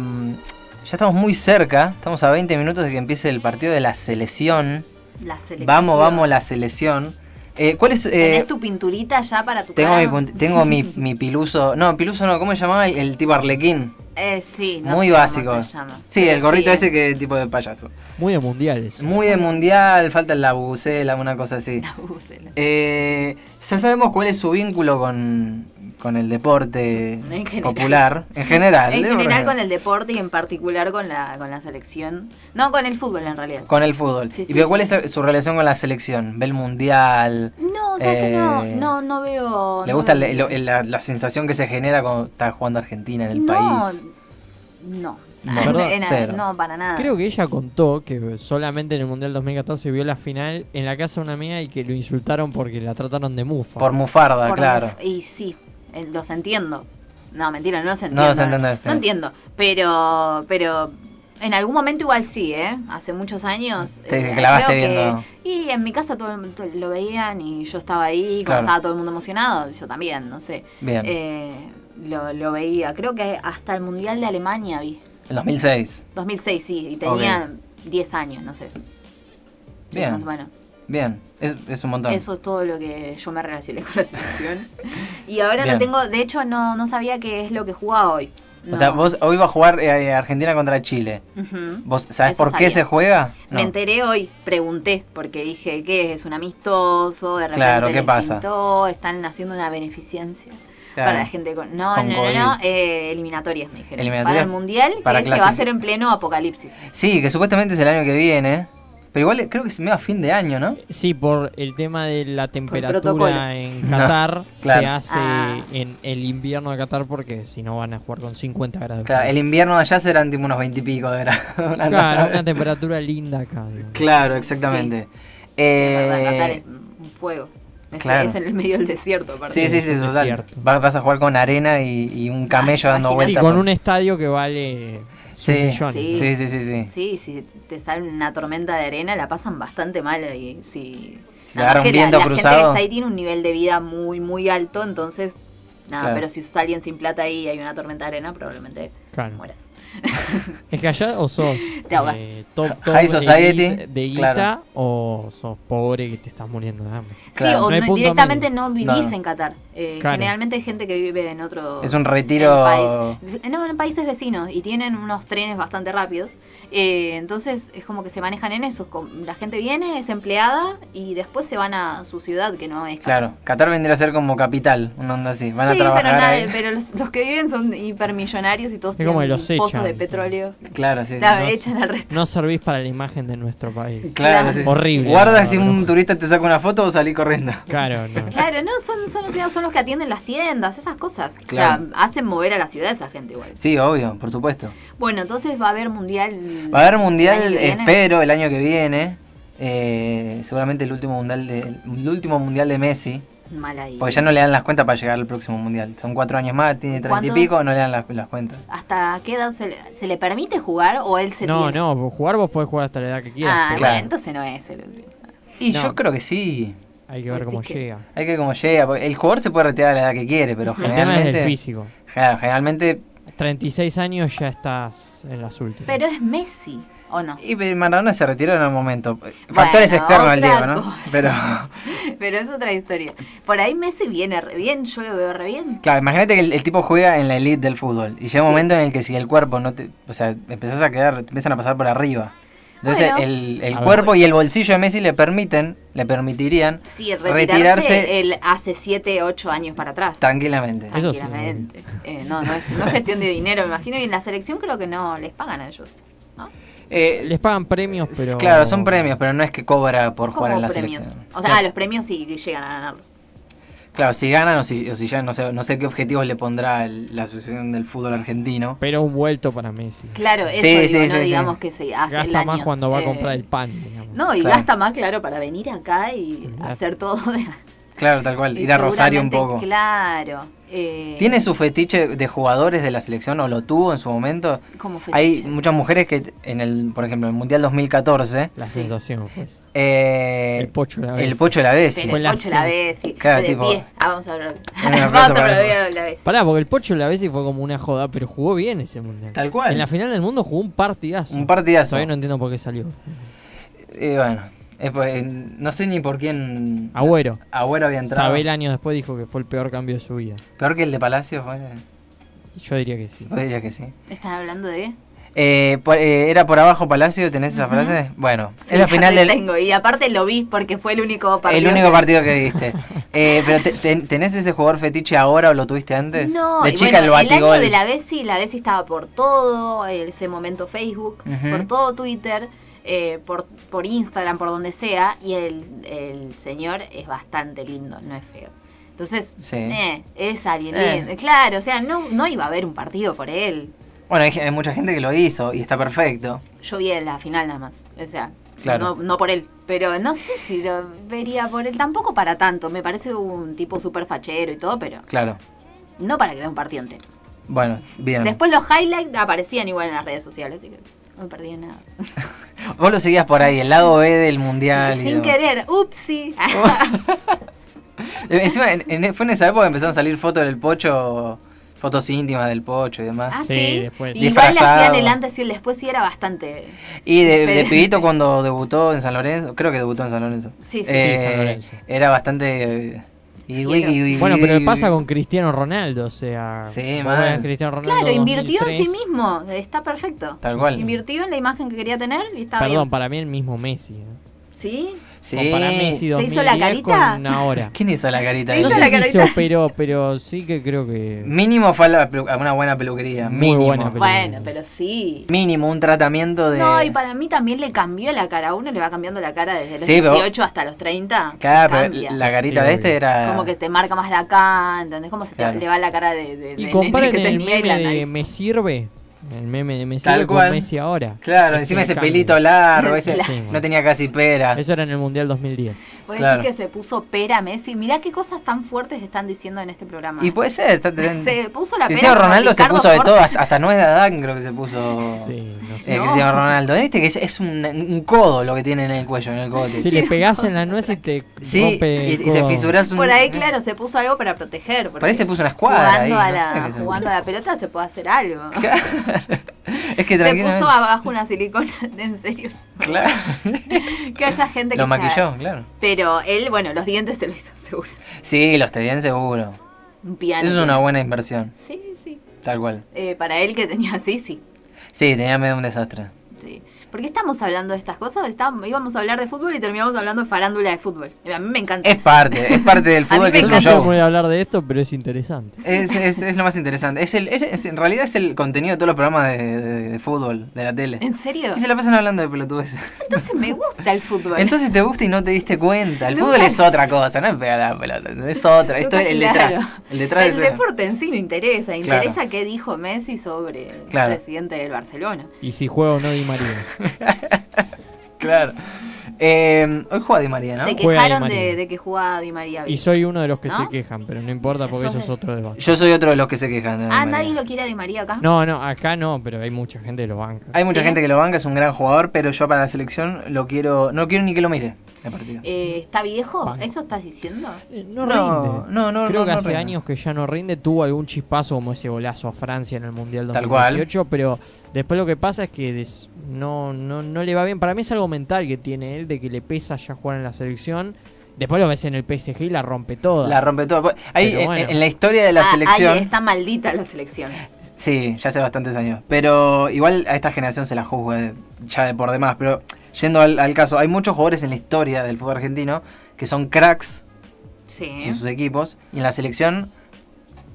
S2: ya estamos muy cerca, estamos a 20 minutos de que empiece el partido de la selección.
S1: La selección.
S2: Vamos, vamos, la selección. Eh, ¿Cuál es? eh,
S1: ¿Tenés tu pinturita ya para tu
S2: tengo
S1: cara?
S2: mi, punt- tengo mi, mi piluso. No, piluso no, ¿cómo se llamaba? El, el tipo arlequín.
S1: Eh, sí, no
S2: Muy
S1: sé cómo
S2: básico.
S1: se llama.
S2: Sí, el
S1: Pero
S2: gorrito
S1: sí,
S2: ese
S1: es-
S2: que tipo de payaso.
S4: Muy de mundiales.
S2: Muy de mundial, falta la bucela, una cosa así.
S1: La bucela.
S2: Eh, ya sabemos cuál es su vínculo con, con el deporte
S1: En general.
S2: popular. En general.
S1: En
S2: ¿eh?
S1: general con
S2: Porque-
S1: el deporte y en particular con la, con la selección. No, con el fútbol en realidad.
S2: con el fútbol.
S1: Sí,
S2: ¿Y
S1: sí,
S2: pero cuál
S1: sí.
S2: es su relación con la selección? ¿Ve el mundial?
S1: No, o sea que no,
S2: Eh,
S1: no, no veo...
S2: ¿Le
S1: no
S2: gusta
S1: veo-
S2: el- el- la, la sensación que se genera cuando está jugando Argentina en el
S1: no,
S2: país?
S1: No,
S2: No,
S4: ¿verdad?
S1: En-
S2: Cero.
S1: no, para nada.
S4: Creo que ella contó que solamente en el Mundial 2014 vio la final en la casa de una amiga y que lo insultaron porque la trataron de mufa.
S2: Ah, Por Mufarda,
S1: Por-
S2: claro.
S1: Y sí, eh, los entiendo. No, mentira, no se
S2: No,
S1: entiende.
S2: se entiende, sí.
S1: No entiendo. Pero, pero en algún momento igual sí, ¿eh? Hace muchos años.
S2: Te
S1: eh,
S2: clavaste
S1: creo que-
S2: viendo.
S1: Y en mi casa todo el- to- lo veían y yo estaba ahí, cuando
S2: Claro.
S1: estaba todo el mundo emocionado, yo también, no sé.
S2: Bien.
S1: Eh, lo, lo veía. Creo que hasta el Mundial de Alemania vi.
S2: El 2006.
S1: 2006, sí, y tenía 10 años, no sé. Sí,
S2: Bien.
S1: más o menos.
S2: Bien. Es, es un montón.
S1: Eso es todo lo que yo me relacioné con la selección. Y ahora
S2: Bien.
S1: no tengo, de hecho no, no sabía qué es lo que jugaba hoy.
S2: O sea,
S1: No.
S2: vos hoy va a jugar eh, Argentina contra Chile.
S1: Ujú.
S2: ¿Vos sabés
S1: Eso
S2: por qué
S1: sabía.
S2: se juega?
S1: Me enteré hoy, pregunté, porque dije, ¿qué es? ¿Un amistoso? De repente
S2: Claro, ¿qué
S1: les
S2: pasa?
S1: pintó, están haciendo una beneficencia
S2: Claro.
S1: para la gente con... No,
S2: Con
S1: no, no, no,
S2: COVID.
S1: eh, eliminatorias, me dijeron.
S2: Eliminatorias
S1: para el Mundial,
S2: para
S1: que se va a
S2: clasific-
S1: hacer en pleno apocalipsis.
S2: Sí, que supuestamente es el año que viene. Pero igual eh, creo que es medio a fin de año, ¿no?
S4: Sí, por el tema de la
S1: protocolo.
S4: temperatura en Qatar, se
S2: claro.
S4: hace
S1: Ah.
S4: en el invierno de Qatar porque si no van a jugar con 50 grados.
S2: Claro, el invierno allá serán tipo unos 20 y pico de grado. Una cosa-
S4: Claro, una temperatura linda acá. digamos.
S2: Claro, exactamente. Eh,
S1: La verdad, Qatar es un fuego. Es,
S2: claro.
S1: es en el medio del desierto, aparte.
S2: sí, sí, sí,
S4: Es
S2: total.
S4: cierto.
S2: Va- Vas a jugar con arena y, y un camello
S1: Ah,
S2: dando
S1: imagínate.
S2: vueltas.
S4: Sí,
S2: por-
S4: con un estadio que vale
S2: Sí.
S4: sí. millones.
S1: Sí.
S2: Sí, sí, sí, sí.
S1: Sí, si te sale una tormenta de arena la pasan bastante mal ahí. Si,
S2: te
S1: más
S2: agarra un
S1: que la-
S2: viento
S1: la, gente
S2: cruzado.
S1: que está ahí tiene un nivel de vida muy, muy alto, entonces, nada,
S2: Claro.
S1: pero si sos alguien sin plata ahí y hay una tormenta de arena, probablemente
S4: Claro.
S1: mueras.
S4: Es que allá o sos
S1: Te ahogás.
S4: eh, top, top
S2: High society,
S4: elite de guita
S2: claro.
S4: o sos pobre que te estás muriendo de hambre.
S2: Claro.
S1: Sí, o
S4: No hay
S1: no-
S4: punto
S1: directamente
S4: medio.
S1: no vivís
S2: No.
S1: en Qatar. Eh,
S4: Claro.
S1: Generalmente hay gente que vive en otro...
S2: Es un retiro-
S1: No, en países vecinos y tienen unos trenes bastante rápidos. Eh, entonces es como que se manejan en eso. com- La gente viene, es empleada y después se van a su ciudad, que no es Qatar.
S2: Claro, Qatar vendría a ser como capital, una onda así. Van a
S1: sí, pero,
S2: trabajar
S1: nada-
S2: ahí.
S1: pero los, los que viven son hipermillonarios y todos
S4: Es como
S1: tienen
S4: que los
S1: pozos
S4: echan.
S1: de petróleo.
S2: Claro, sí.
S1: Claro,
S4: los-
S1: echan al resto.
S4: No servís para la imagen de nuestro país.
S2: Claro, sí.
S4: Horrible.
S2: Guarda
S4: No,
S2: si
S4: no.
S2: un turista te saca una foto o salí corriendo.
S4: Claro, no.
S1: Claro, no, son, son, empleados, son los que atienden las tiendas, esas cosas.
S2: Claro.
S1: O sea, hacen mover a la ciudad esa gente igual.
S2: Sí, obvio, por supuesto.
S1: Bueno, entonces va a haber mundial.
S2: Va a haber
S1: el año
S2: mundial,
S1: que viene.
S2: espero, el año que viene. Eh, seguramente el último mundial de el último mundial de Messi.
S1: Mal ahí.
S2: Porque ya no le dan las cuentas para llegar al próximo mundial. Son cuatro años más, tiene treinta y
S1: ¿Cuánto?
S2: pico, no le dan las, las cuentas.
S1: ¿Hasta qué edad se le, se le permite jugar o él se
S4: No,
S1: tiene?
S4: no, vos jugar vos podés jugar hasta la edad que quieras.
S1: Ah,
S4: pero
S2: claro.
S1: bueno, entonces no es el último.
S2: Y
S4: No.
S2: yo creo que sí.
S4: Hay que ver
S1: Así
S4: cómo
S1: que-
S4: llega.
S2: Hay que ver cómo llega. porque El jugador se puede retirar a la edad que quiere, pero
S4: El tema es
S2: generalmente.
S4: el físico.
S2: Claro, generalmente.
S4: 36 años ya estás en las últimas.
S1: Pero es Messi, ¿o no?
S2: Y Maradona se retiró en un momento. Factores externos al
S1: otra
S2: Diego, ¿no?
S1: cosa.
S2: Pero.
S1: Pero es otra historia. Por ahí Messi viene re bien, yo lo veo re bien.
S2: Claro, imagínate que el, el tipo juega en la elite del fútbol y llega un
S1: Sí.
S2: momento en el que si el cuerpo no te... O sea, empezás a quedar, te empiezan a pasar por arriba. Entonces
S1: Bueno.
S2: el, el
S4: A ver.
S2: cuerpo y el bolsillo de Messi le permiten, le permitirían
S1: Sí, retirarse, eh,
S2: Retirarse-
S1: el hace 7, 8 años para atrás.
S2: tranquilamente.
S4: Eso sí.
S1: Tranquilamente. Eh, no, no es, no es cuestión de dinero, me imagino. Y en la selección creo que no les pagan a ellos. ¿no?
S2: Eh,
S4: Les pagan premios,
S2: s-
S4: pero.
S2: Claro, son premios, pero no es que cobra por jugar en la
S1: premios.
S2: selección.
S1: O sea,
S2: Sí.
S1: ah, los premios sí que llegan a ganar.
S2: Claro, si ganan o si, o si ya no sé, no sé qué objetivos le pondrá el- la Asociación del Fútbol Argentino.
S4: Pero un vuelto para Messi.
S1: Claro, eso
S2: Sí,
S1: digo,
S2: sí,
S1: no
S2: sí, sí.
S1: digamos que se hace el
S4: Gasta
S1: año.
S4: más cuando va a
S1: Eh,
S4: comprar el pan, digamos.
S1: No, y
S2: Claro.
S1: gasta más, claro, para venir acá y
S4: Olvidate.
S1: hacer todo. de-
S2: Claro, tal cual,
S1: y
S2: ir a Rosario un
S1: seguramente,
S2: poco.
S1: Claro. eh,
S2: ¿Tiene su fetiche de jugadores de la selección o lo tuvo en su momento?
S1: como
S2: Hay
S1: fetiche.
S2: muchas mujeres que en el, por ejemplo, en el Mundial 2014,
S4: La
S1: Sí.
S4: sensación pues. fue esa.
S2: eh,
S4: El pocho de la vez.
S2: el pocho de la vez.
S1: Pero
S4: Fue
S1: el
S4: la
S1: pocho la
S4: ciencia.
S1: vez, sí.
S2: Claro,
S1: de
S2: tipo-
S1: pie. Ah, vamos a hablar.
S2: aplauso
S1: vamos a
S2: para
S1: hablar
S2: él.
S1: de la vez.
S4: Pará, porque el Pocho la vez fue como una joda, pero jugó bien ese mundial.
S2: Tal cual.
S4: En la final del mundo jugó un partidazo.
S2: Un partidazo.
S4: Todavía no entiendo por qué salió.
S2: Y bueno, es por- eh, no sé ni por quién
S4: Agüero.
S2: Agüero había entrado.
S4: Sabel años después dijo que fue el peor cambio de su vida.
S2: Peor que el de Palacio, fue.
S4: Y Yo diría que sí.
S2: Yo diría que sí.
S1: ¿Están hablando de
S2: Eh, por- eh, ¿Era por abajo Palacio? ¿Tenés esa frase? Bueno, es la
S1: Sí,
S2: final
S1: la
S2: del
S1: tengo. Y aparte lo vi porque fue el único partido.
S2: el único
S1: que-
S2: partido que viste. Eh, pero te- ten- ¿tenés ese jugador fetiche ahora o lo tuviste antes?
S1: No,
S2: de
S1: y
S2: chica
S1: bueno,
S2: el
S1: el año
S2: batigol.
S1: de la Bessi, la Bessi estaba por todo, ese momento Facebook,
S2: Ujú.
S1: por todo Twitter, eh, por, por Instagram, por donde sea, y el, el señor es bastante lindo, no es feo. Entonces,
S2: Sí.
S1: eh, es alguien
S2: Eh.
S1: lindo. Claro, o sea, no, no iba a haber un partido por él.
S2: Bueno, hay, hay mucha gente que lo hizo y está perfecto.
S1: Yo vi la final nada más, o sea,
S2: Claro.
S1: no, no por él. Pero no sé si lo vería por él, tampoco para tanto. Me parece un tipo súper fachero y todo, pero
S2: Claro.
S1: no para que vea un partido entero.
S2: Bueno, bien.
S1: Después los highlights aparecían igual en las redes sociales, así que no me perdí de nada.
S2: Vos lo seguías por ahí, el lado B del mundial. y
S1: Sin
S2: demás.
S1: querer, upsi. Ah,
S2: Oh. Eh, Encima, en- en- fue en esa época que empezaron a salir fotos del pocho, fotos íntimas del pocho y demás.
S1: Ah,
S4: Sí,
S1: sí.
S4: después.
S1: Igual le hacían
S2: Disfrazado.
S1: el antes y el después y era bastante.
S2: Y de, de
S1: Pero-
S2: pibito cuando debutó en San Lorenzo, creo que debutó en San Lorenzo. Eh,
S1: Sí, sí, sí,
S4: San Lorenzo.
S2: Era bastante... eh, y-
S1: Quiero.
S2: y- y-
S4: Bueno, pero pasa
S2: y-
S4: con Cristiano Ronaldo, o sea.
S2: Sí,
S4: vos
S2: mal.
S4: ves Cristiano Ronaldo.
S1: Claro, invirtió en
S4: 2003.
S1: sí mismo, está perfecto.
S2: Tal cual.
S1: Invirtió en la imagen que quería tener y estaba
S4: Perdón,
S1: bien.
S4: para mí el mismo Messi. ¿no?
S1: Sí,
S2: Sí.
S4: Compará Messi
S1: ¿Se
S4: 2010
S1: hizo la carita?
S4: con ahora.
S2: ¿Quién hizo la carita?
S1: ¿Se
S4: No
S1: hizo
S4: sé
S1: la
S4: si se
S1: carita?
S4: operó, pero sí que creo que.
S2: Mínimo fue a la pelu- a una buena peluquería.
S4: Muy
S2: mínimo.
S4: buena pelu-
S1: bueno, pero sí.
S2: Mínimo, un tratamiento de...
S1: No, y para mí también le cambió la cara. A uno le va cambiando la cara desde los
S2: Sí, pero-
S1: 18 hasta los 30.
S2: Claro, pero
S1: cambia.
S2: la carita
S4: Sí,
S2: de
S4: obvio.
S2: este era...
S1: Como que te marca más la cara, ¿entendés? Como se te
S2: Claro.
S1: le va la cara de, de,
S4: Y
S1: de
S4: comparen
S1: nene que
S4: el
S1: tenía y la
S4: meme de
S1: nariz.
S4: Me Sirve. El meme de Me
S2: Tal
S4: Sirve con
S2: cual.
S4: Messi ahora.
S2: Claro, encima ese
S4: cambio.
S2: pelito largo, ese
S4: Claro. Sí, bueno.
S2: no tenía casi pera.
S4: Eso era en el Mundial 2010.
S1: Puedes
S2: Claro.
S1: decir que se puso pera Messi. Mirá qué cosas tan fuertes están diciendo en este programa.
S2: Y puede ser, está- ten-
S1: se puso la pera.
S2: Cristiano
S1: como
S2: Ronaldo se
S1: Ricardo
S2: puso de
S1: Forte.
S2: todo, hasta, hasta nuez de Adán creo que se puso
S4: Sí, no sé.
S2: eh,
S1: No.
S2: Cristiano Ronaldo. Viste que es, es un, un codo lo que tiene en el cuello, en el cogote.
S4: Si le pegás en la nuez y te
S2: Eh, Sí,
S4: rompe
S2: y,
S4: el
S2: y te
S4: codo.
S2: fisuras un...
S1: Por ahí, claro, se puso algo para proteger. porque
S2: Por ahí se puso una escuadra
S1: Jugando,
S2: ahí,
S1: a,
S2: no sé
S1: la,
S2: qué se
S1: jugando a la pelota se puede hacer algo.
S2: Es que
S1: Se
S2: tranquilamente...
S1: puso abajo una silicona, en serio.
S2: Claro.
S1: Que haya gente que
S2: Lo
S1: se
S2: maquilló, claro.
S1: Pero él, bueno, los dientes se lo hizo seguro.
S2: Sí, los te bien seguro.
S1: Un piano.
S2: Eso es una buena inversión,
S1: Sí, sí.
S2: tal cual.
S1: Eh, para él que tenía así, sí.
S2: Sí, tenía medio un desastre.
S1: sí. ¿Por qué estamos hablando de estas cosas? Estábamos, íbamos a hablar de fútbol y terminamos hablando de farándula de fútbol. Eh, A mí me encanta.
S2: Es parte, es parte del
S1: A mí me
S2: fútbol que es un
S4: Nosotros no
S2: show.
S4: voy a hablar de esto, pero es interesante.
S2: Es, es, es lo más interesante. Es el, es- en realidad es el contenido de todos los programas de, de- de fútbol, de la tele.
S1: ¿En serio?
S2: Y se la pasan hablando de pelotudes.
S1: Entonces me gusta el fútbol.
S2: Entonces te gusta y no te diste cuenta. El
S1: Nunca
S2: fútbol es otra cosa, no es pegar la pelota, es otra. Esto es el detrás.
S1: Claro.
S2: El detrás de
S1: El
S2: escena.
S1: deporte en sí no interesa.
S2: Claro.
S1: Interesa qué dijo Messi sobre el
S2: Claro.
S1: presidente del Barcelona.
S4: Y si juega o no Di María.
S2: Claro. Eh, hoy juega Di María, ¿no?
S1: Se
S4: Juega Di
S1: quejaron
S4: María.
S1: de, de que jugaba Di María.
S4: Y
S1: bien.
S4: soy uno de los que
S1: ¿No?
S4: se quejan, pero no importa porque
S1: Sos
S4: eso es
S1: de-
S4: otro debate.
S2: Yo soy otro de los que se quejan. de Di
S1: Ah,
S2: María.
S1: nadie lo quiere a Di María acá.
S4: No, no, acá no, pero hay mucha gente que lo banca.
S2: Hay mucha
S1: Sí.
S2: gente que lo banca, es un gran jugador, pero yo para la selección lo quiero, no quiero ni que lo mire el partido.
S1: Eh, ¿Está viejo?
S4: Banco.
S1: ¿Eso estás diciendo?
S4: Eh, No
S2: No,
S4: rinde.
S2: no, no,
S4: Creo
S2: no,
S4: que
S2: no
S4: hace
S2: rinde.
S4: años que ya no rinde. Tuvo algún chispazo como ese golazo a Francia en el Mundial
S2: Tal cual.
S4: 2018. Pero después lo que pasa es que des- no, no, no le va bien. Para mí es algo mental que tiene él de que le pesa ya jugar en la selección. Después lo ves en el PSG y la rompe toda.
S2: La rompe todo. Pues, Ahí,
S4: Pero
S2: en-
S4: bueno.
S2: en, la historia de la
S1: Ah,
S2: selección.
S1: Ahí está maldita la selección.
S2: Sí, ya hace bastantes años. Pero igual a esta generación se la juzga de- ya de por demás. Pero yendo al, al caso, hay muchos jugadores en la historia del fútbol argentino que son cracks
S1: Sí.
S2: en sus equipos y en la selección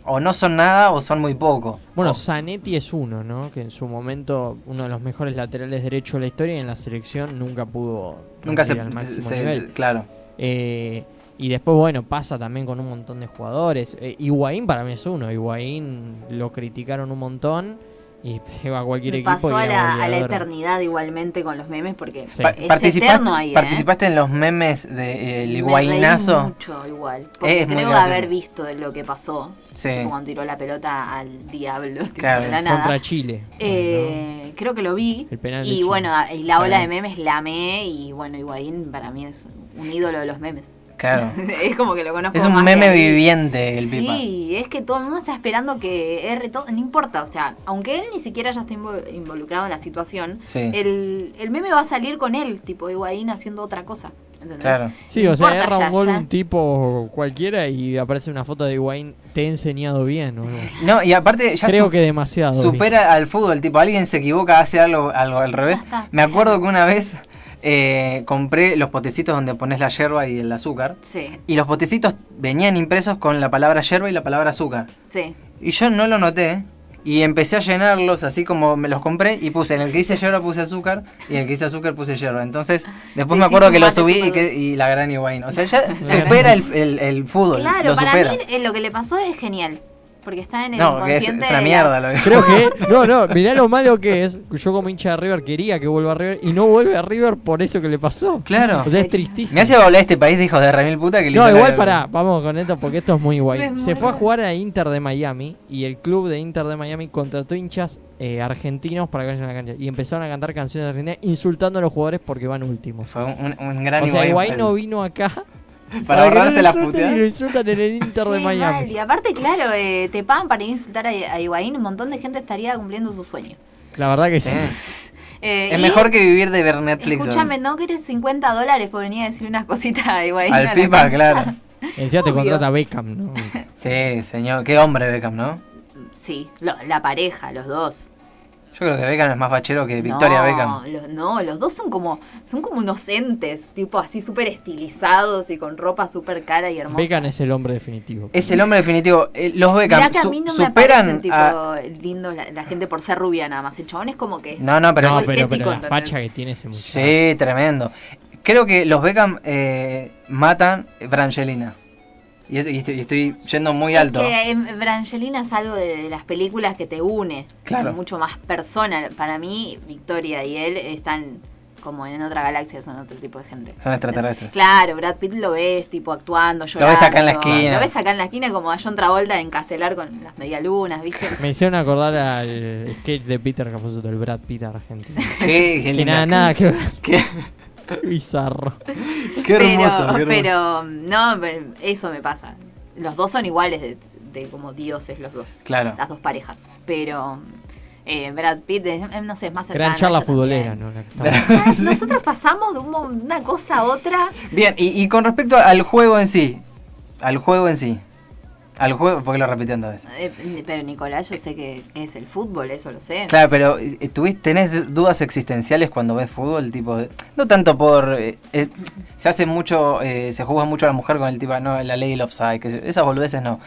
S2: o no son nada o son muy poco.
S4: Bueno,
S2: O-
S4: Zanetti es uno, ¿no? Que en su momento uno de los mejores laterales derechos de la historia y en la selección nunca pudo
S2: nunca se,
S4: rendir al
S2: se-
S4: máximo
S2: se-
S4: nivel.
S2: Claro.
S4: Eh, y después, bueno, pasa también con un montón de jugadores. Eh, Higuaín para mí es uno. Higuaín lo criticaron un montón y lleva a cualquier
S1: Me
S4: equipo.
S1: pasó
S4: y
S1: a
S4: era
S1: la, a la
S4: goleador.
S1: eternidad igualmente con los memes porque
S4: Sí.
S2: Pa-
S1: es
S2: participaste-
S1: eterno ahí, ¿eh?
S2: participaste en los memes del de, eh, el
S1: me reí
S2: higuaínazo.
S1: mucho igual. Porque
S2: Es muy
S1: creo
S2: gracioso.
S1: haber visto lo que pasó
S2: Sí.
S1: tipo, cuando tiró la pelota al diablo tipo,
S2: Claro,
S1: de la nada.
S4: Contra Chile. fue, ¿no?
S1: Eh, Creo que lo vi.
S4: El penal de
S1: y
S4: Chile.
S1: bueno, a- y la ola
S2: Está
S1: de
S2: bien.
S1: memes la amé. Y bueno, Higuaín para mí es un ídolo de los memes.
S2: Claro.
S1: es como que lo conozco.
S2: Es un
S1: más de
S2: meme
S1: ahí.
S2: viviente el pipa.
S1: Sí, es que todo el mundo está esperando que erre todo. No importa, o sea, aunque él ni siquiera ya esté invo- involucrado en la situación,
S2: Sí.
S1: el, el meme va a salir con él, tipo Higuaín haciendo otra cosa. ¿entendés?
S2: Claro.
S4: Sí,
S1: No
S4: o sea,
S1: importa
S4: erra
S1: ya,
S4: un gol
S1: ya.
S4: un tipo cualquiera y aparece una foto de Higuaín. Te he enseñado bien. o algo así.
S2: No, y aparte ya
S4: Creo
S2: su-
S4: que demasiado.
S2: supera al fútbol, tipo alguien se equivoca, hace algo, algo al revés.
S1: está.
S2: Me acuerdo que una vez eh, compré los potecitos donde pones la yerba y el azúcar.
S1: Sí,
S2: Y los potecitos venían impresos con la palabra yerba y la palabra azúcar.
S1: sí.
S2: Y yo no lo noté. Y empecé a llenarlos así como me los compré y puse en el que hice yerba puse azúcar y en el que hice azúcar puse yerba. Entonces después me
S1: Te
S2: acuerdo
S1: hiciste
S2: que
S1: un
S2: lo
S1: mate
S2: subí y,
S1: super
S2: que-
S1: dulce.
S2: y la gran Higuaín. O sea, ya
S4: gran
S2: supera el, el- el fútbol,
S1: Claro,
S2: lo
S1: para
S2: supera.
S1: mí eh, lo que le pasó es genial. Porque está en el
S2: No, que es,
S1: inconsciente.
S2: es una
S1: de la-
S2: mierda lo que.
S4: Creo que. No, no, mirá lo malo que es. Yo como hincha de River quería que vuelva a River y no vuelve a River por eso que le pasó.
S2: Claro.
S4: O sea, es tristísimo.
S2: Me hace hablar este país de hijos de remil puta que le
S4: No,
S2: hizo
S4: igual
S2: la-
S4: pará, vamos con esto porque esto es muy guay.
S1: Es
S4: Se
S1: muy
S4: fue a
S1: guay.
S4: jugar a Inter de Miami y el club de Inter de Miami contrató hinchas eh, argentinos para que vayan a la cancha y empezaron a cantar canciones argentinas insultando a los jugadores porque van últimos.
S2: Fue un, un- un gran
S4: O sea,
S2: Higuaín
S4: Higuaín
S2: para-
S4: no vino acá
S2: Para
S4: que no
S2: ahorrarse
S4: lo
S2: la
S4: insulten
S2: puteada.
S4: Y lo insultan en el Inter de
S1: Sí,
S4: Miami.
S1: mal. Y aparte, claro, eh, te pagan para ir a insultar a, a Higuaín. Un montón de gente estaría cumpliendo su sueño.
S4: La verdad que sí.
S2: Sí.
S1: Eh,
S2: Es
S1: y-
S2: mejor que vivir de ver Netflix. ¿o no?
S1: Escúchame, ¿no querés 50 dólares por venir a decir unas cositas a Higuaín? a
S2: Al
S1: la
S2: pipa,
S1: cancha?
S2: claro.
S4: Encima te
S1: Obvio.
S4: contrata Beckham, ¿no?
S2: Sí, señor. Qué hombre Beckham, ¿no?
S1: Sí, lo- la pareja, los dos.
S2: Yo creo que Beckham es más fachero que Victoria
S1: no,
S2: Beckham.
S1: los- no, los dos son como son como unos entes, tipo así súper estilizados y con ropa súper cara y hermosa.
S4: Beckham es el hombre definitivo.
S2: Es el hombre definitivo. Eh, Los Beckham
S1: Mirá que a
S2: su-
S1: mí no me
S2: superan
S1: parecen tipo
S2: a...
S1: lindos la, la gente por ser rubia nada más. El chabón es como que...
S2: No, no, pero...
S4: No,
S2: es-
S4: pero, pero
S1: estético,
S4: la
S1: ¿entendés?
S4: facha que tiene ese muchacho.
S2: Sí, tremendo. Creo que los Beckham eh, matan Brangelina. Y, es- y estoy, y estoy yendo muy alto.
S1: Es que em, Brangelina es algo de, de las películas que te une.
S2: Claro.
S1: Es mucho más personal. Para mí, Victoria y él están como en otra galaxia, son otro tipo de gente.
S2: Son extraterrestres.
S1: Claro, Brad Pitt lo ves, tipo, actuando,
S2: Lo
S1: llorando.
S2: ves acá en la esquina.
S1: Lo ves acá en la esquina como a John Travolta en Castelar con las medialunas, ¿viste?
S4: Me hicieron acordar al sketch de Peter Capuzzo, el Brad Pitt argentino.
S2: Qué, qué
S4: que
S2: linda.
S4: nada, nada que ver.
S2: Qué,
S4: Bizarro.
S2: qué hermoso,
S1: pero,
S2: qué hermoso.
S1: pero, no, pero eso me pasa. Los dos son iguales de, de como dioses los dos.
S2: Claro.
S1: Las dos parejas. Pero eh, Brad Pitt, es- eh, no sé, es más
S4: Gran
S1: cercano,
S4: charla
S1: yo
S4: futbolera,
S1: también.
S4: ¿no? La que
S2: Pero-
S4: estamos-
S1: Además, Nosotros pasamos de un mo- una cosa a otra.
S2: Bien, y, y con respecto al juego en sí. Al juego en sí. Al juego, porque lo repitiendo veces.
S1: Eh, pero Nicolás, yo sé que es el fútbol, eso lo sé.
S2: Claro, pero eh, ¿tuviste- ¿tenés dudas existenciales cuando ves fútbol? Tipo, de- no tanto por... eh, eh, se hace mucho, eh, se juega mucho a la mujer con el tipo, no, la ley del offside, que se- esas boludeces no.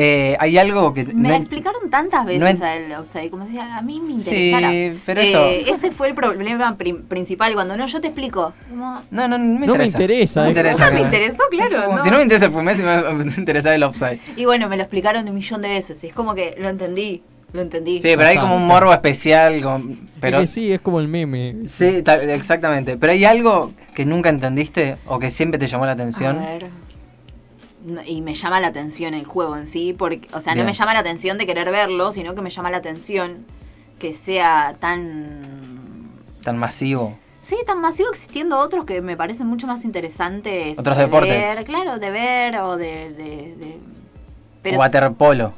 S2: Eh, hay algo que...
S1: Me
S2: no
S1: la
S2: en-
S1: explicaron tantas
S2: no
S1: veces
S2: en-
S1: al offside, como si a mí me
S2: Sí,
S1: interesara.
S2: pero
S1: Eh,
S2: eso-
S1: Ese fue el problema prim- principal, cuando no, yo te explico. Como,
S2: No, no, no me
S4: No
S2: interesa. No me
S4: me interesa, eh.
S2: interesa.
S1: me
S2: no.
S1: interesó, claro.
S2: Como,
S1: no.
S2: Si no me interesa el fumé, si me me interesa el offside.
S1: Y bueno, me lo explicaron un millón de veces. Es como que lo entendí, lo entendí.
S2: Sí, pero hay como un morbo especial, como- pero...
S4: Es que sí, es como el meme.
S2: Sí, ta- exactamente. Pero hay algo que nunca entendiste o que siempre te llamó la
S1: A
S2: atención.
S1: ver. No, y me llama la atención el juego en sí, porque, o sea,
S2: Bien.
S1: no me llama la atención de querer verlo, sino que me llama la atención que sea tan...
S2: Tan masivo.
S1: Sí, tan masivo existiendo otros que me parecen mucho más interesantes.
S2: Otros
S1: de
S2: deportes.
S1: ver, claro, de ver o de... de- de- pero
S2: Waterpolo.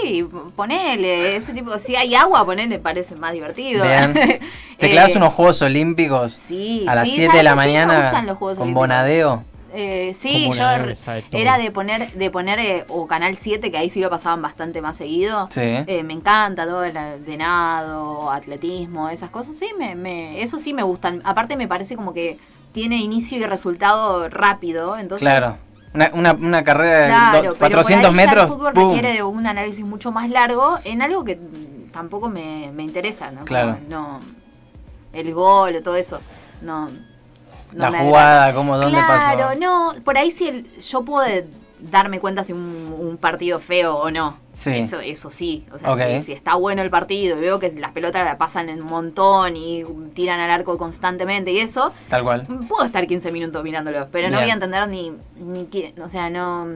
S1: sí, ponele, ese tipo, si hay agua, ponele, parece más divertido.
S2: Bien. Te
S1: Eh,
S2: clavas unos Juegos Olímpicos
S1: Sí,
S2: a las
S1: sí,
S2: 7
S1: ¿sabes
S2: de la
S1: que sí me
S2: mañana
S1: gustan los Juegos
S2: con
S1: Olímpicos?
S2: Bonadeo.
S1: Eh, sí,
S4: Como
S1: yo
S4: una
S1: re-
S4: nave sabe todo.
S1: era de poner, de poner eh, o Canal 7, que ahí sí lo pasaban bastante más seguido.
S2: Sí.
S1: Eh, me encanta todo el de nado, atletismo, esas cosas. Sí, me, me- eso sí me gustan. Aparte me parece como que tiene inicio y resultado rápido. Entonces,
S2: claro. Una, una, una carrera de
S1: Claro,
S2: do-
S1: pero por
S2: 400
S1: ahí ya
S2: metros.
S1: El fútbol
S2: ¡pum!
S1: requiere de un análisis mucho más largo en algo que mm, tampoco me, me interesa, ¿no? Como
S2: Claro.
S1: No, el gol o todo eso. No. no
S2: la
S1: me
S2: jugada, cómo, dónde
S1: claro,
S2: pasó.
S1: no, por ahí sí el- yo puedo de- darme cuenta si un, un partido feo o no.
S2: Sí.
S1: Eso, eso sí. O sea,
S2: Ok.
S1: si, si está bueno el partido y veo que las pelotas la pasan en un montón y tiran al arco constantemente y eso,
S2: Tal cual.
S1: puedo estar 15 minutos mirándolo, pero no
S2: Bien.
S1: voy a entender ni, ni qué- o sea, no,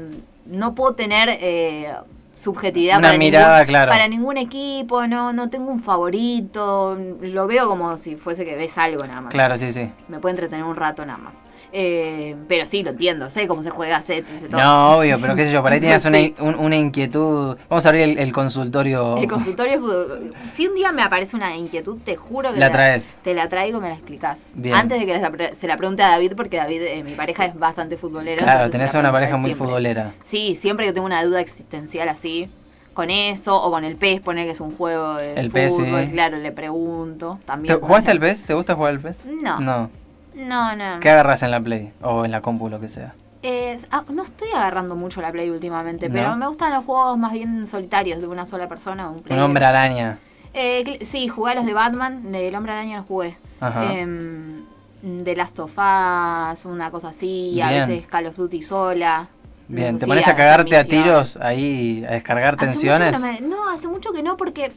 S1: no puedo tener eh, subjetividad
S2: Una
S1: para,
S2: mirada,
S1: ningún,
S2: claro.
S1: para ningún equipo, no, no tengo un favorito, lo veo como si fuese que ves algo nada más
S2: Claro, sí, sí.
S1: me puede entretener un rato nada más. Eh, pero sí, lo entiendo, sé cómo se juega, sé, sé todo.
S2: No, obvio, pero qué sé yo, por ahí tenías una,
S1: Sí.
S2: un- una inquietud. Vamos a abrir el, el consultorio.
S1: El consultorio fue- Si un día me aparece una inquietud, te juro que
S2: La
S1: te
S2: traes.
S1: te la traigo, me la explicás.
S2: Bien.
S1: Antes de que la pre- se la pregunte a David, porque David, eh, mi pareja es bastante futbolera.
S2: Claro,
S1: entonces se
S2: tenés
S1: la
S2: una
S1: pregunta
S2: pareja muy
S1: siempre.
S2: futbolera.
S1: Sí, siempre que tengo una duda existencial así, con eso, o con el PES, poner que es un juego de
S2: El PES,
S1: fútbol,
S2: sí.
S1: claro, le pregunto.
S2: ¿Te-
S1: También,
S2: ¿Jugaste al PES? ¿Te gusta jugar al PES?
S1: No.
S2: No.
S1: No, no.
S2: ¿Qué agarras en la Play? O en la compu, lo que sea.
S1: Eh, ah, no estoy agarrando mucho la Play últimamente,
S2: ¿No?
S1: pero me gustan los juegos más bien solitarios de una sola persona. Un,
S2: Un
S1: player.
S2: hombre araña.
S1: Eh, cl- sí, jugué a los de Batman, del Hombre Araña no jugué.
S2: Ajá.
S1: Em, de Last of Us, una cosa así, a
S2: Bien.
S1: veces Call of Duty sola.
S2: Bien,
S5: Sí,
S2: te pones a
S5: a
S2: cagarte a
S5: transmisión.
S2: tiros ahí, a descargar
S1: Hace mucho que
S2: tensiones.
S1: no me- no, hace mucho que no, porque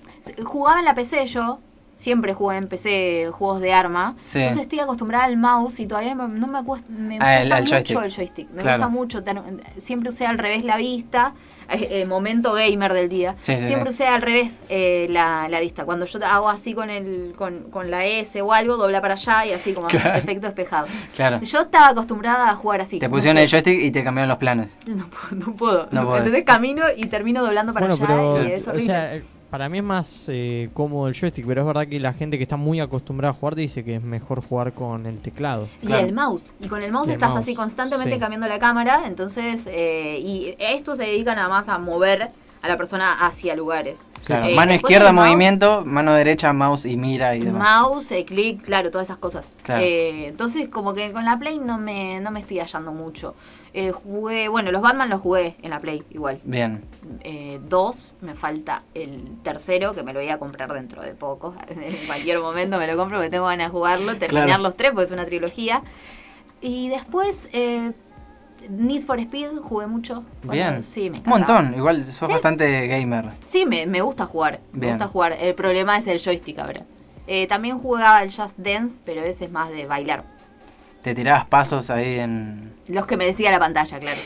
S1: jugaba en la PC yo. Siempre jugué en PC juegos de arma.
S2: Sí.
S1: Entonces estoy acostumbrada al mouse y todavía me- no me cuesta. Me
S2: Ah, el-
S1: gusta
S2: al
S1: mucho
S2: joystick.
S1: el joystick. Me
S2: Claro.
S1: gusta mucho. ten- Siempre usé al revés la vista. eh, eh, momento gamer del día.
S2: Sí, sí,
S1: siempre
S2: sí.
S1: usé al revés eh, la, la vista. Cuando yo hago así con, el, con, con la S o algo, dobla para allá y así como
S2: Claro.
S1: efecto espejado.
S2: Claro.
S1: Yo estaba acostumbrada a jugar así.
S2: Te
S1: no
S2: pusieron
S1: sé.
S2: el joystick y te cambiaron los planes.
S1: No, pu- no puedo.
S2: No podés.
S1: Entonces camino y termino doblando para
S4: Bueno,
S1: allá
S4: pero.
S1: y es
S4: o
S1: horrible.
S4: sea, eh, para mí es más eh, cómodo el joystick, pero es verdad que la gente que está muy acostumbrada a jugar dice que es mejor jugar con el teclado.
S1: y
S2: claro.
S1: el mouse. Y con el mouse
S4: Y el
S1: estás
S4: mouse,
S1: así constantemente
S4: sí.
S1: cambiando la cámara. Entonces, eh, y esto se dedica nada más a mover a la persona hacia lugares.
S2: Claro.
S1: Eh,
S2: mano
S1: después
S2: izquierda,
S1: el mouse-
S2: movimiento, mano derecha, mouse y mira y demás.
S1: Mouse, eh, clic, claro, todas esas cosas.
S2: Claro.
S1: Eh, entonces, como que con la Play no me, no me estoy hallando mucho. Eh, jugué, bueno, los Batman los jugué en la Play igual.
S2: Bien.
S1: Eh, dos, me falta el tercero, que me lo voy a comprar dentro de poco. En cualquier momento me lo compro porque tengo ganas de jugarlo, terminar
S2: Claro.
S1: los tres porque es una trilogía. Y después, eh, Need for Speed, jugué mucho. Cuando-
S2: Bien.
S1: Sí, me
S2: Un
S1: encantaba.
S2: montón. Igual sos
S1: Sí.
S2: bastante gamer.
S1: Sí, me, me gusta jugar.
S2: Bien.
S1: Me gusta jugar. El problema es el joystick ahora. Eh, también jugaba el Just Dance, pero ese es más de bailar.
S2: Te tirabas pasos ahí en...
S1: Los que me decía la pantalla, claro.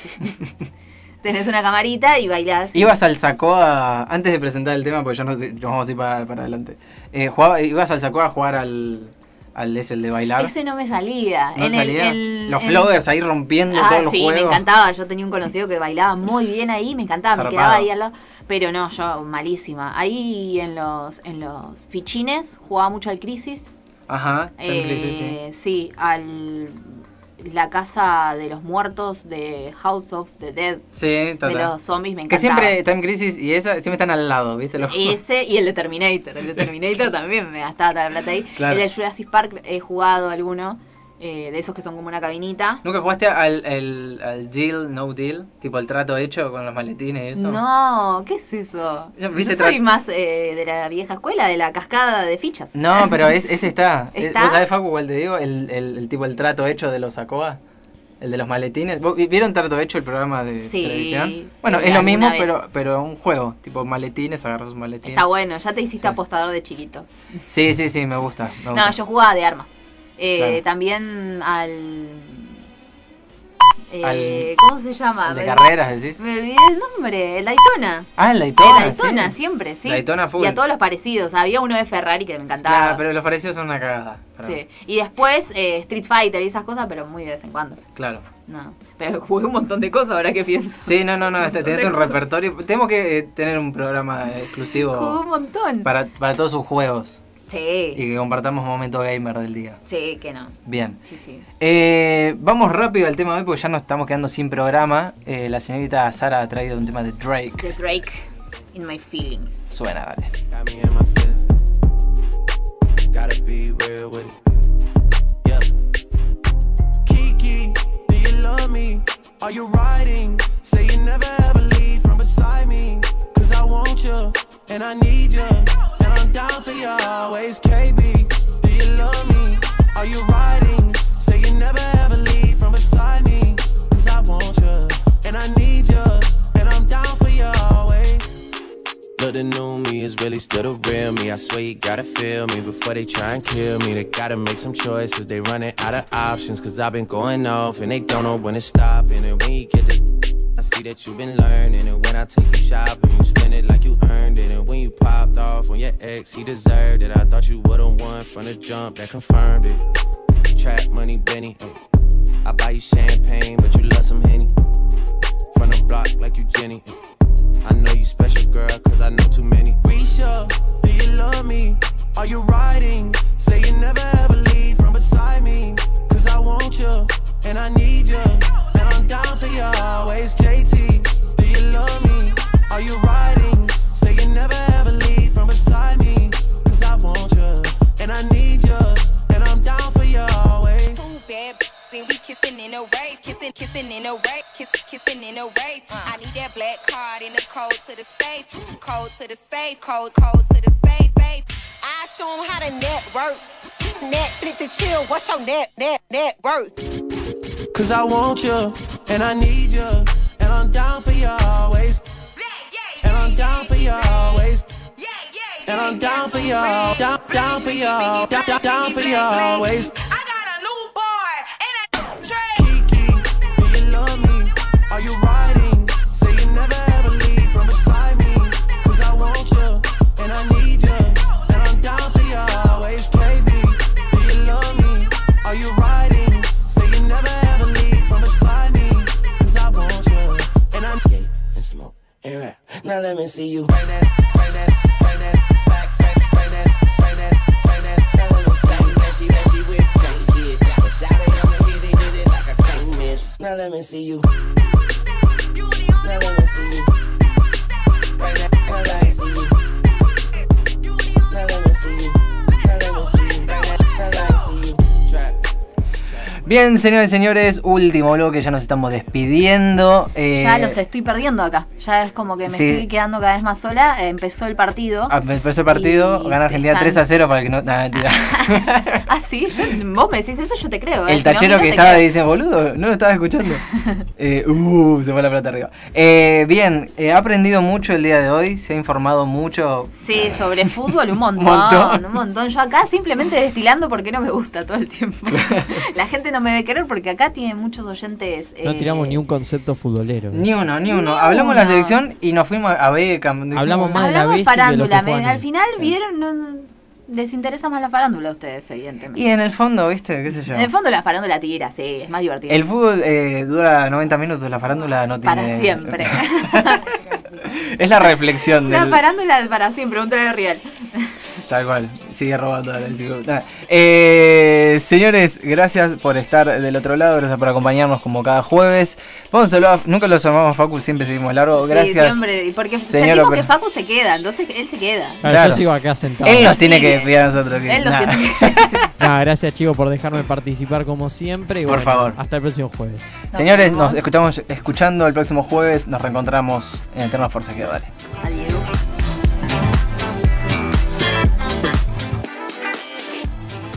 S1: Tenés una camarita y bailás.
S2: Ibas al Sacoa, antes de presentar el tema, porque ya nos, nos vamos a ir para, para adelante. Eh, jugaba- ibas al Sacoa a jugar al, al es el de bailar.
S1: Ese no me salía.
S2: ¿No
S1: En el-
S2: salía?
S1: el-
S2: los
S1: en-
S2: floggers ahí rompiendo
S1: Ah,
S2: todos los
S1: sí,
S2: juegos.
S1: me encantaba. Yo tenía un conocido que bailaba muy bien ahí, me encantaba, me
S2: Zarpado.
S1: quedaba ahí al lado. Pero no, yo malísima. Ahí en los, en los fichines jugaba mucho al Crisis.
S2: Ajá, siempre sí, sí.
S1: eh, sí, al la casa de los muertos de House of the Dead,
S2: Sí, ta,
S1: de
S2: ta.
S1: los zombies, me
S2: Que
S1: encantaba.
S2: siempre Time Crisis y esa siempre están al lado, ¿viste? Los
S1: Ese y el de Terminator. El de Terminator también me gastaba toda la plata ahí.
S2: Claro.
S1: El de Jurassic Park he jugado alguno, eh, de esos que son como una cabinita.
S2: ¿Nunca jugaste al, al- al deal, no deal? Tipo el trato hecho con los maletines y eso.
S1: No, ¿qué es eso?
S2: No, viste,
S1: Yo soy
S2: tra- Mm,
S1: más eh, de la vieja escuela, de la cascada de fichas.
S2: No, pero es- ese está. Es-
S1: ¿Está?
S2: ¿Vos sabés, Facu, cuál te digo? El, el- el tipo el trato hecho de los ACOA. El de los maletines. ¿Vos vi- ¿Vieron trato hecho el programa de
S1: Sí,
S2: televisión? Bueno,
S1: eh,
S2: es lo
S1: alguna
S2: mismo,
S1: vez.
S2: pero pero un juego. Tipo maletines, agarras un maletín.
S1: Está bueno, ya te hiciste
S2: Sí.
S1: apostador de chiquito.
S2: Sí, sí, sí, me gusta. me gusta.
S1: No, yo jugaba de armas. Eh,
S2: Claro.
S1: También al... eh,
S2: Al-
S1: ¿Cómo se llama?
S2: El de
S1: Me-
S2: carreras, decís.
S1: Me olvidé el nombre, el Daytona.
S2: Ah, el
S1: El
S2: Daytona.
S1: Daytona,
S2: sí.
S1: siempre, sí.
S2: Daytona full.
S1: Y a todos los parecidos. Había uno de Ferrari que me encantaba.
S2: Claro, pero los parecidos son una cagada. para
S1: Sí.
S2: mí.
S1: Y después eh, Street Fighter y esas cosas, pero muy de vez en cuando.
S2: Claro.
S1: No. Pero jugué un montón de cosas ahora que pienso.
S2: Sí, no, no, no, este- tenés un
S1: tengo-
S2: repertorio. Tenemos que eh, tener un programa
S1: Jugué
S2: exclusivo
S1: un montón.
S2: para, para todos sus juegos
S1: Sí.
S2: y que compartamos momentos gamer del día.
S1: Sí, que no.
S2: Bien.
S1: Sí, sí.
S2: Eh, vamos rápido al tema de hoy porque ya nos estamos quedando sin programa. Eh, la señorita Sara ha traído un tema de Drake.
S1: The Drake in my feelings.
S2: Suena, dale.
S3: Got me in my feelings. Gotta be real with it. Yep. Kiki, do you love me? Are you riding? Say you never ever leave from beside me. Cause I want you and I need you. And I'm down for you always, KB. Do you love me? Are you riding? Say you never ever leave from beside me. Cause I want you and I need you. And I'm down for you always. Look, the new me is really still the real me. I swear you gotta feel me before they try and kill me. They gotta make some choices. They running out of options. Cause I've been going off and they don't know when to stop. And when you get the I see that you've been learning. And when I take you shopping, you spend it like you earned it. And when you popped off on your ex, he deserved it. I thought you would've won from the jump that confirmed it. Trap money, Benny. uh. ayy. I buy you champagne, but you love some Henny. From the block like you Jenny. I know you special, girl, cause I know too many. Risha, do you love me? Are you riding? Say you never ever leave from beside me. Cause I want you, and I need you. And I'm down for you always, JT. Do you love me? Are you riding? Say you never ever leave from beside me. Cause I want you, and I need you. And I'm down for you always.
S6: Too bad, b- then we kissing in a wave, kissing, kissing in a wave, kiss, kissing in a wave. I need that black card in the code to the safe, code to the safe, code, code to the safe, safe.
S7: I show 'em how to network. Netflix and chill. What's your net, net, network?
S3: Cause I want you, and I need you, and I'm I'm down for you always. And I'm down for you always. And I'm down for you, down, down for you, down, down, down for you always.
S6: I got a new boy and a trade.
S3: Kiki, do you love me? Are you riding? Say you never ever leave from beside me. Cause I want you, and I need you. And I'm down for you always, KB. Do you love me? Are you riding? Say you never ever leave from beside me. Cause I want you, and I skate and smoke and rap. Now let me see you. Bring that, bring that, bring that. back, bring that, bring that, bring that, bring that. Now let me see you. Now let me see you. Now let me see you. Right now, now let me see you. Now let me see you. Now let me see you. Right now, now let me see you. Trap.
S2: Bien, señores y señores, último bloque, ya nos estamos despidiendo. eh,
S1: Ya los estoy perdiendo acá. Ya es como que me
S2: sí.
S1: estoy quedando cada vez más sola. Eh, Empezó el partido.
S2: ah, Empezó el partido,
S1: Y
S2: gana Argentina
S1: están-
S2: 3 a 0 para el que no... Nah, mentira.
S1: Ah, sí, yo- vos me decís eso, yo te creo. eh,
S2: El
S1: si no,
S2: tachero
S1: no
S2: que
S1: te
S2: estaba
S1: creo.
S2: dice, boludo, no lo estaba escuchando. Eh, uh, se fue la plata arriba. Eh, bien, eh, ha aprendido mucho el día de hoy, se ha informado mucho.
S1: Sí, sobre fútbol un montón,
S2: Montón.
S1: un montón. Yo acá simplemente destilando porque no me gusta todo el tiempo. La gente no me debe querer porque acá tiene muchos oyentes.
S4: No
S1: eh,
S4: tiramos ni un concepto futbolero.
S2: Ni uno, ni uno.
S1: Ni
S2: Hablamos de la
S1: uno.
S2: selección y nos fuimos a Beckham.
S4: Hablamos más de la
S1: Hablamos
S4: Bessi que de los que
S1: farándula. me-
S4: juegan.
S1: al final vieron, no, no, les interesa más la farándula a ustedes, evidentemente.
S2: Y en el fondo, viste, qué sé yo.
S1: En el fondo la farándula tira, sí, es más divertido.
S2: El Eh, fútbol eh, dura 90 minutos, la farándula no tiene...
S1: Para siempre.
S2: es la reflexión
S1: la
S2: del...
S1: farándula para siempre, un traje real.
S2: Tal cual, sigue robando ahora, sigo- nada. Eh, señores, gracias por estar del otro lado, gracias por acompañarnos como cada jueves. Vamos a hablar- nunca los llamamos Facu, siempre seguimos largo. Oh, Gracias.
S1: Sí, siempre. y Porque
S2: señor
S1: sentimos
S2: Ocon-
S1: que Facu se queda, entonces él se queda.
S4: Claro,
S2: Claro.
S4: Yo sigo acá sentado.
S2: Él nos
S1: Sí.
S2: tiene que despedir a nosotros. que-
S1: Él lo
S2: nada.
S1: siente.
S4: Nada, gracias chicos por dejarme participar como siempre. y
S2: Por
S4: bueno,
S2: favor.
S4: Hasta el próximo jueves.
S2: Señores, nos escuchamos escuchando el próximo jueves. Nos reencontramos en Eterna Forza Geodale.
S1: Adiós.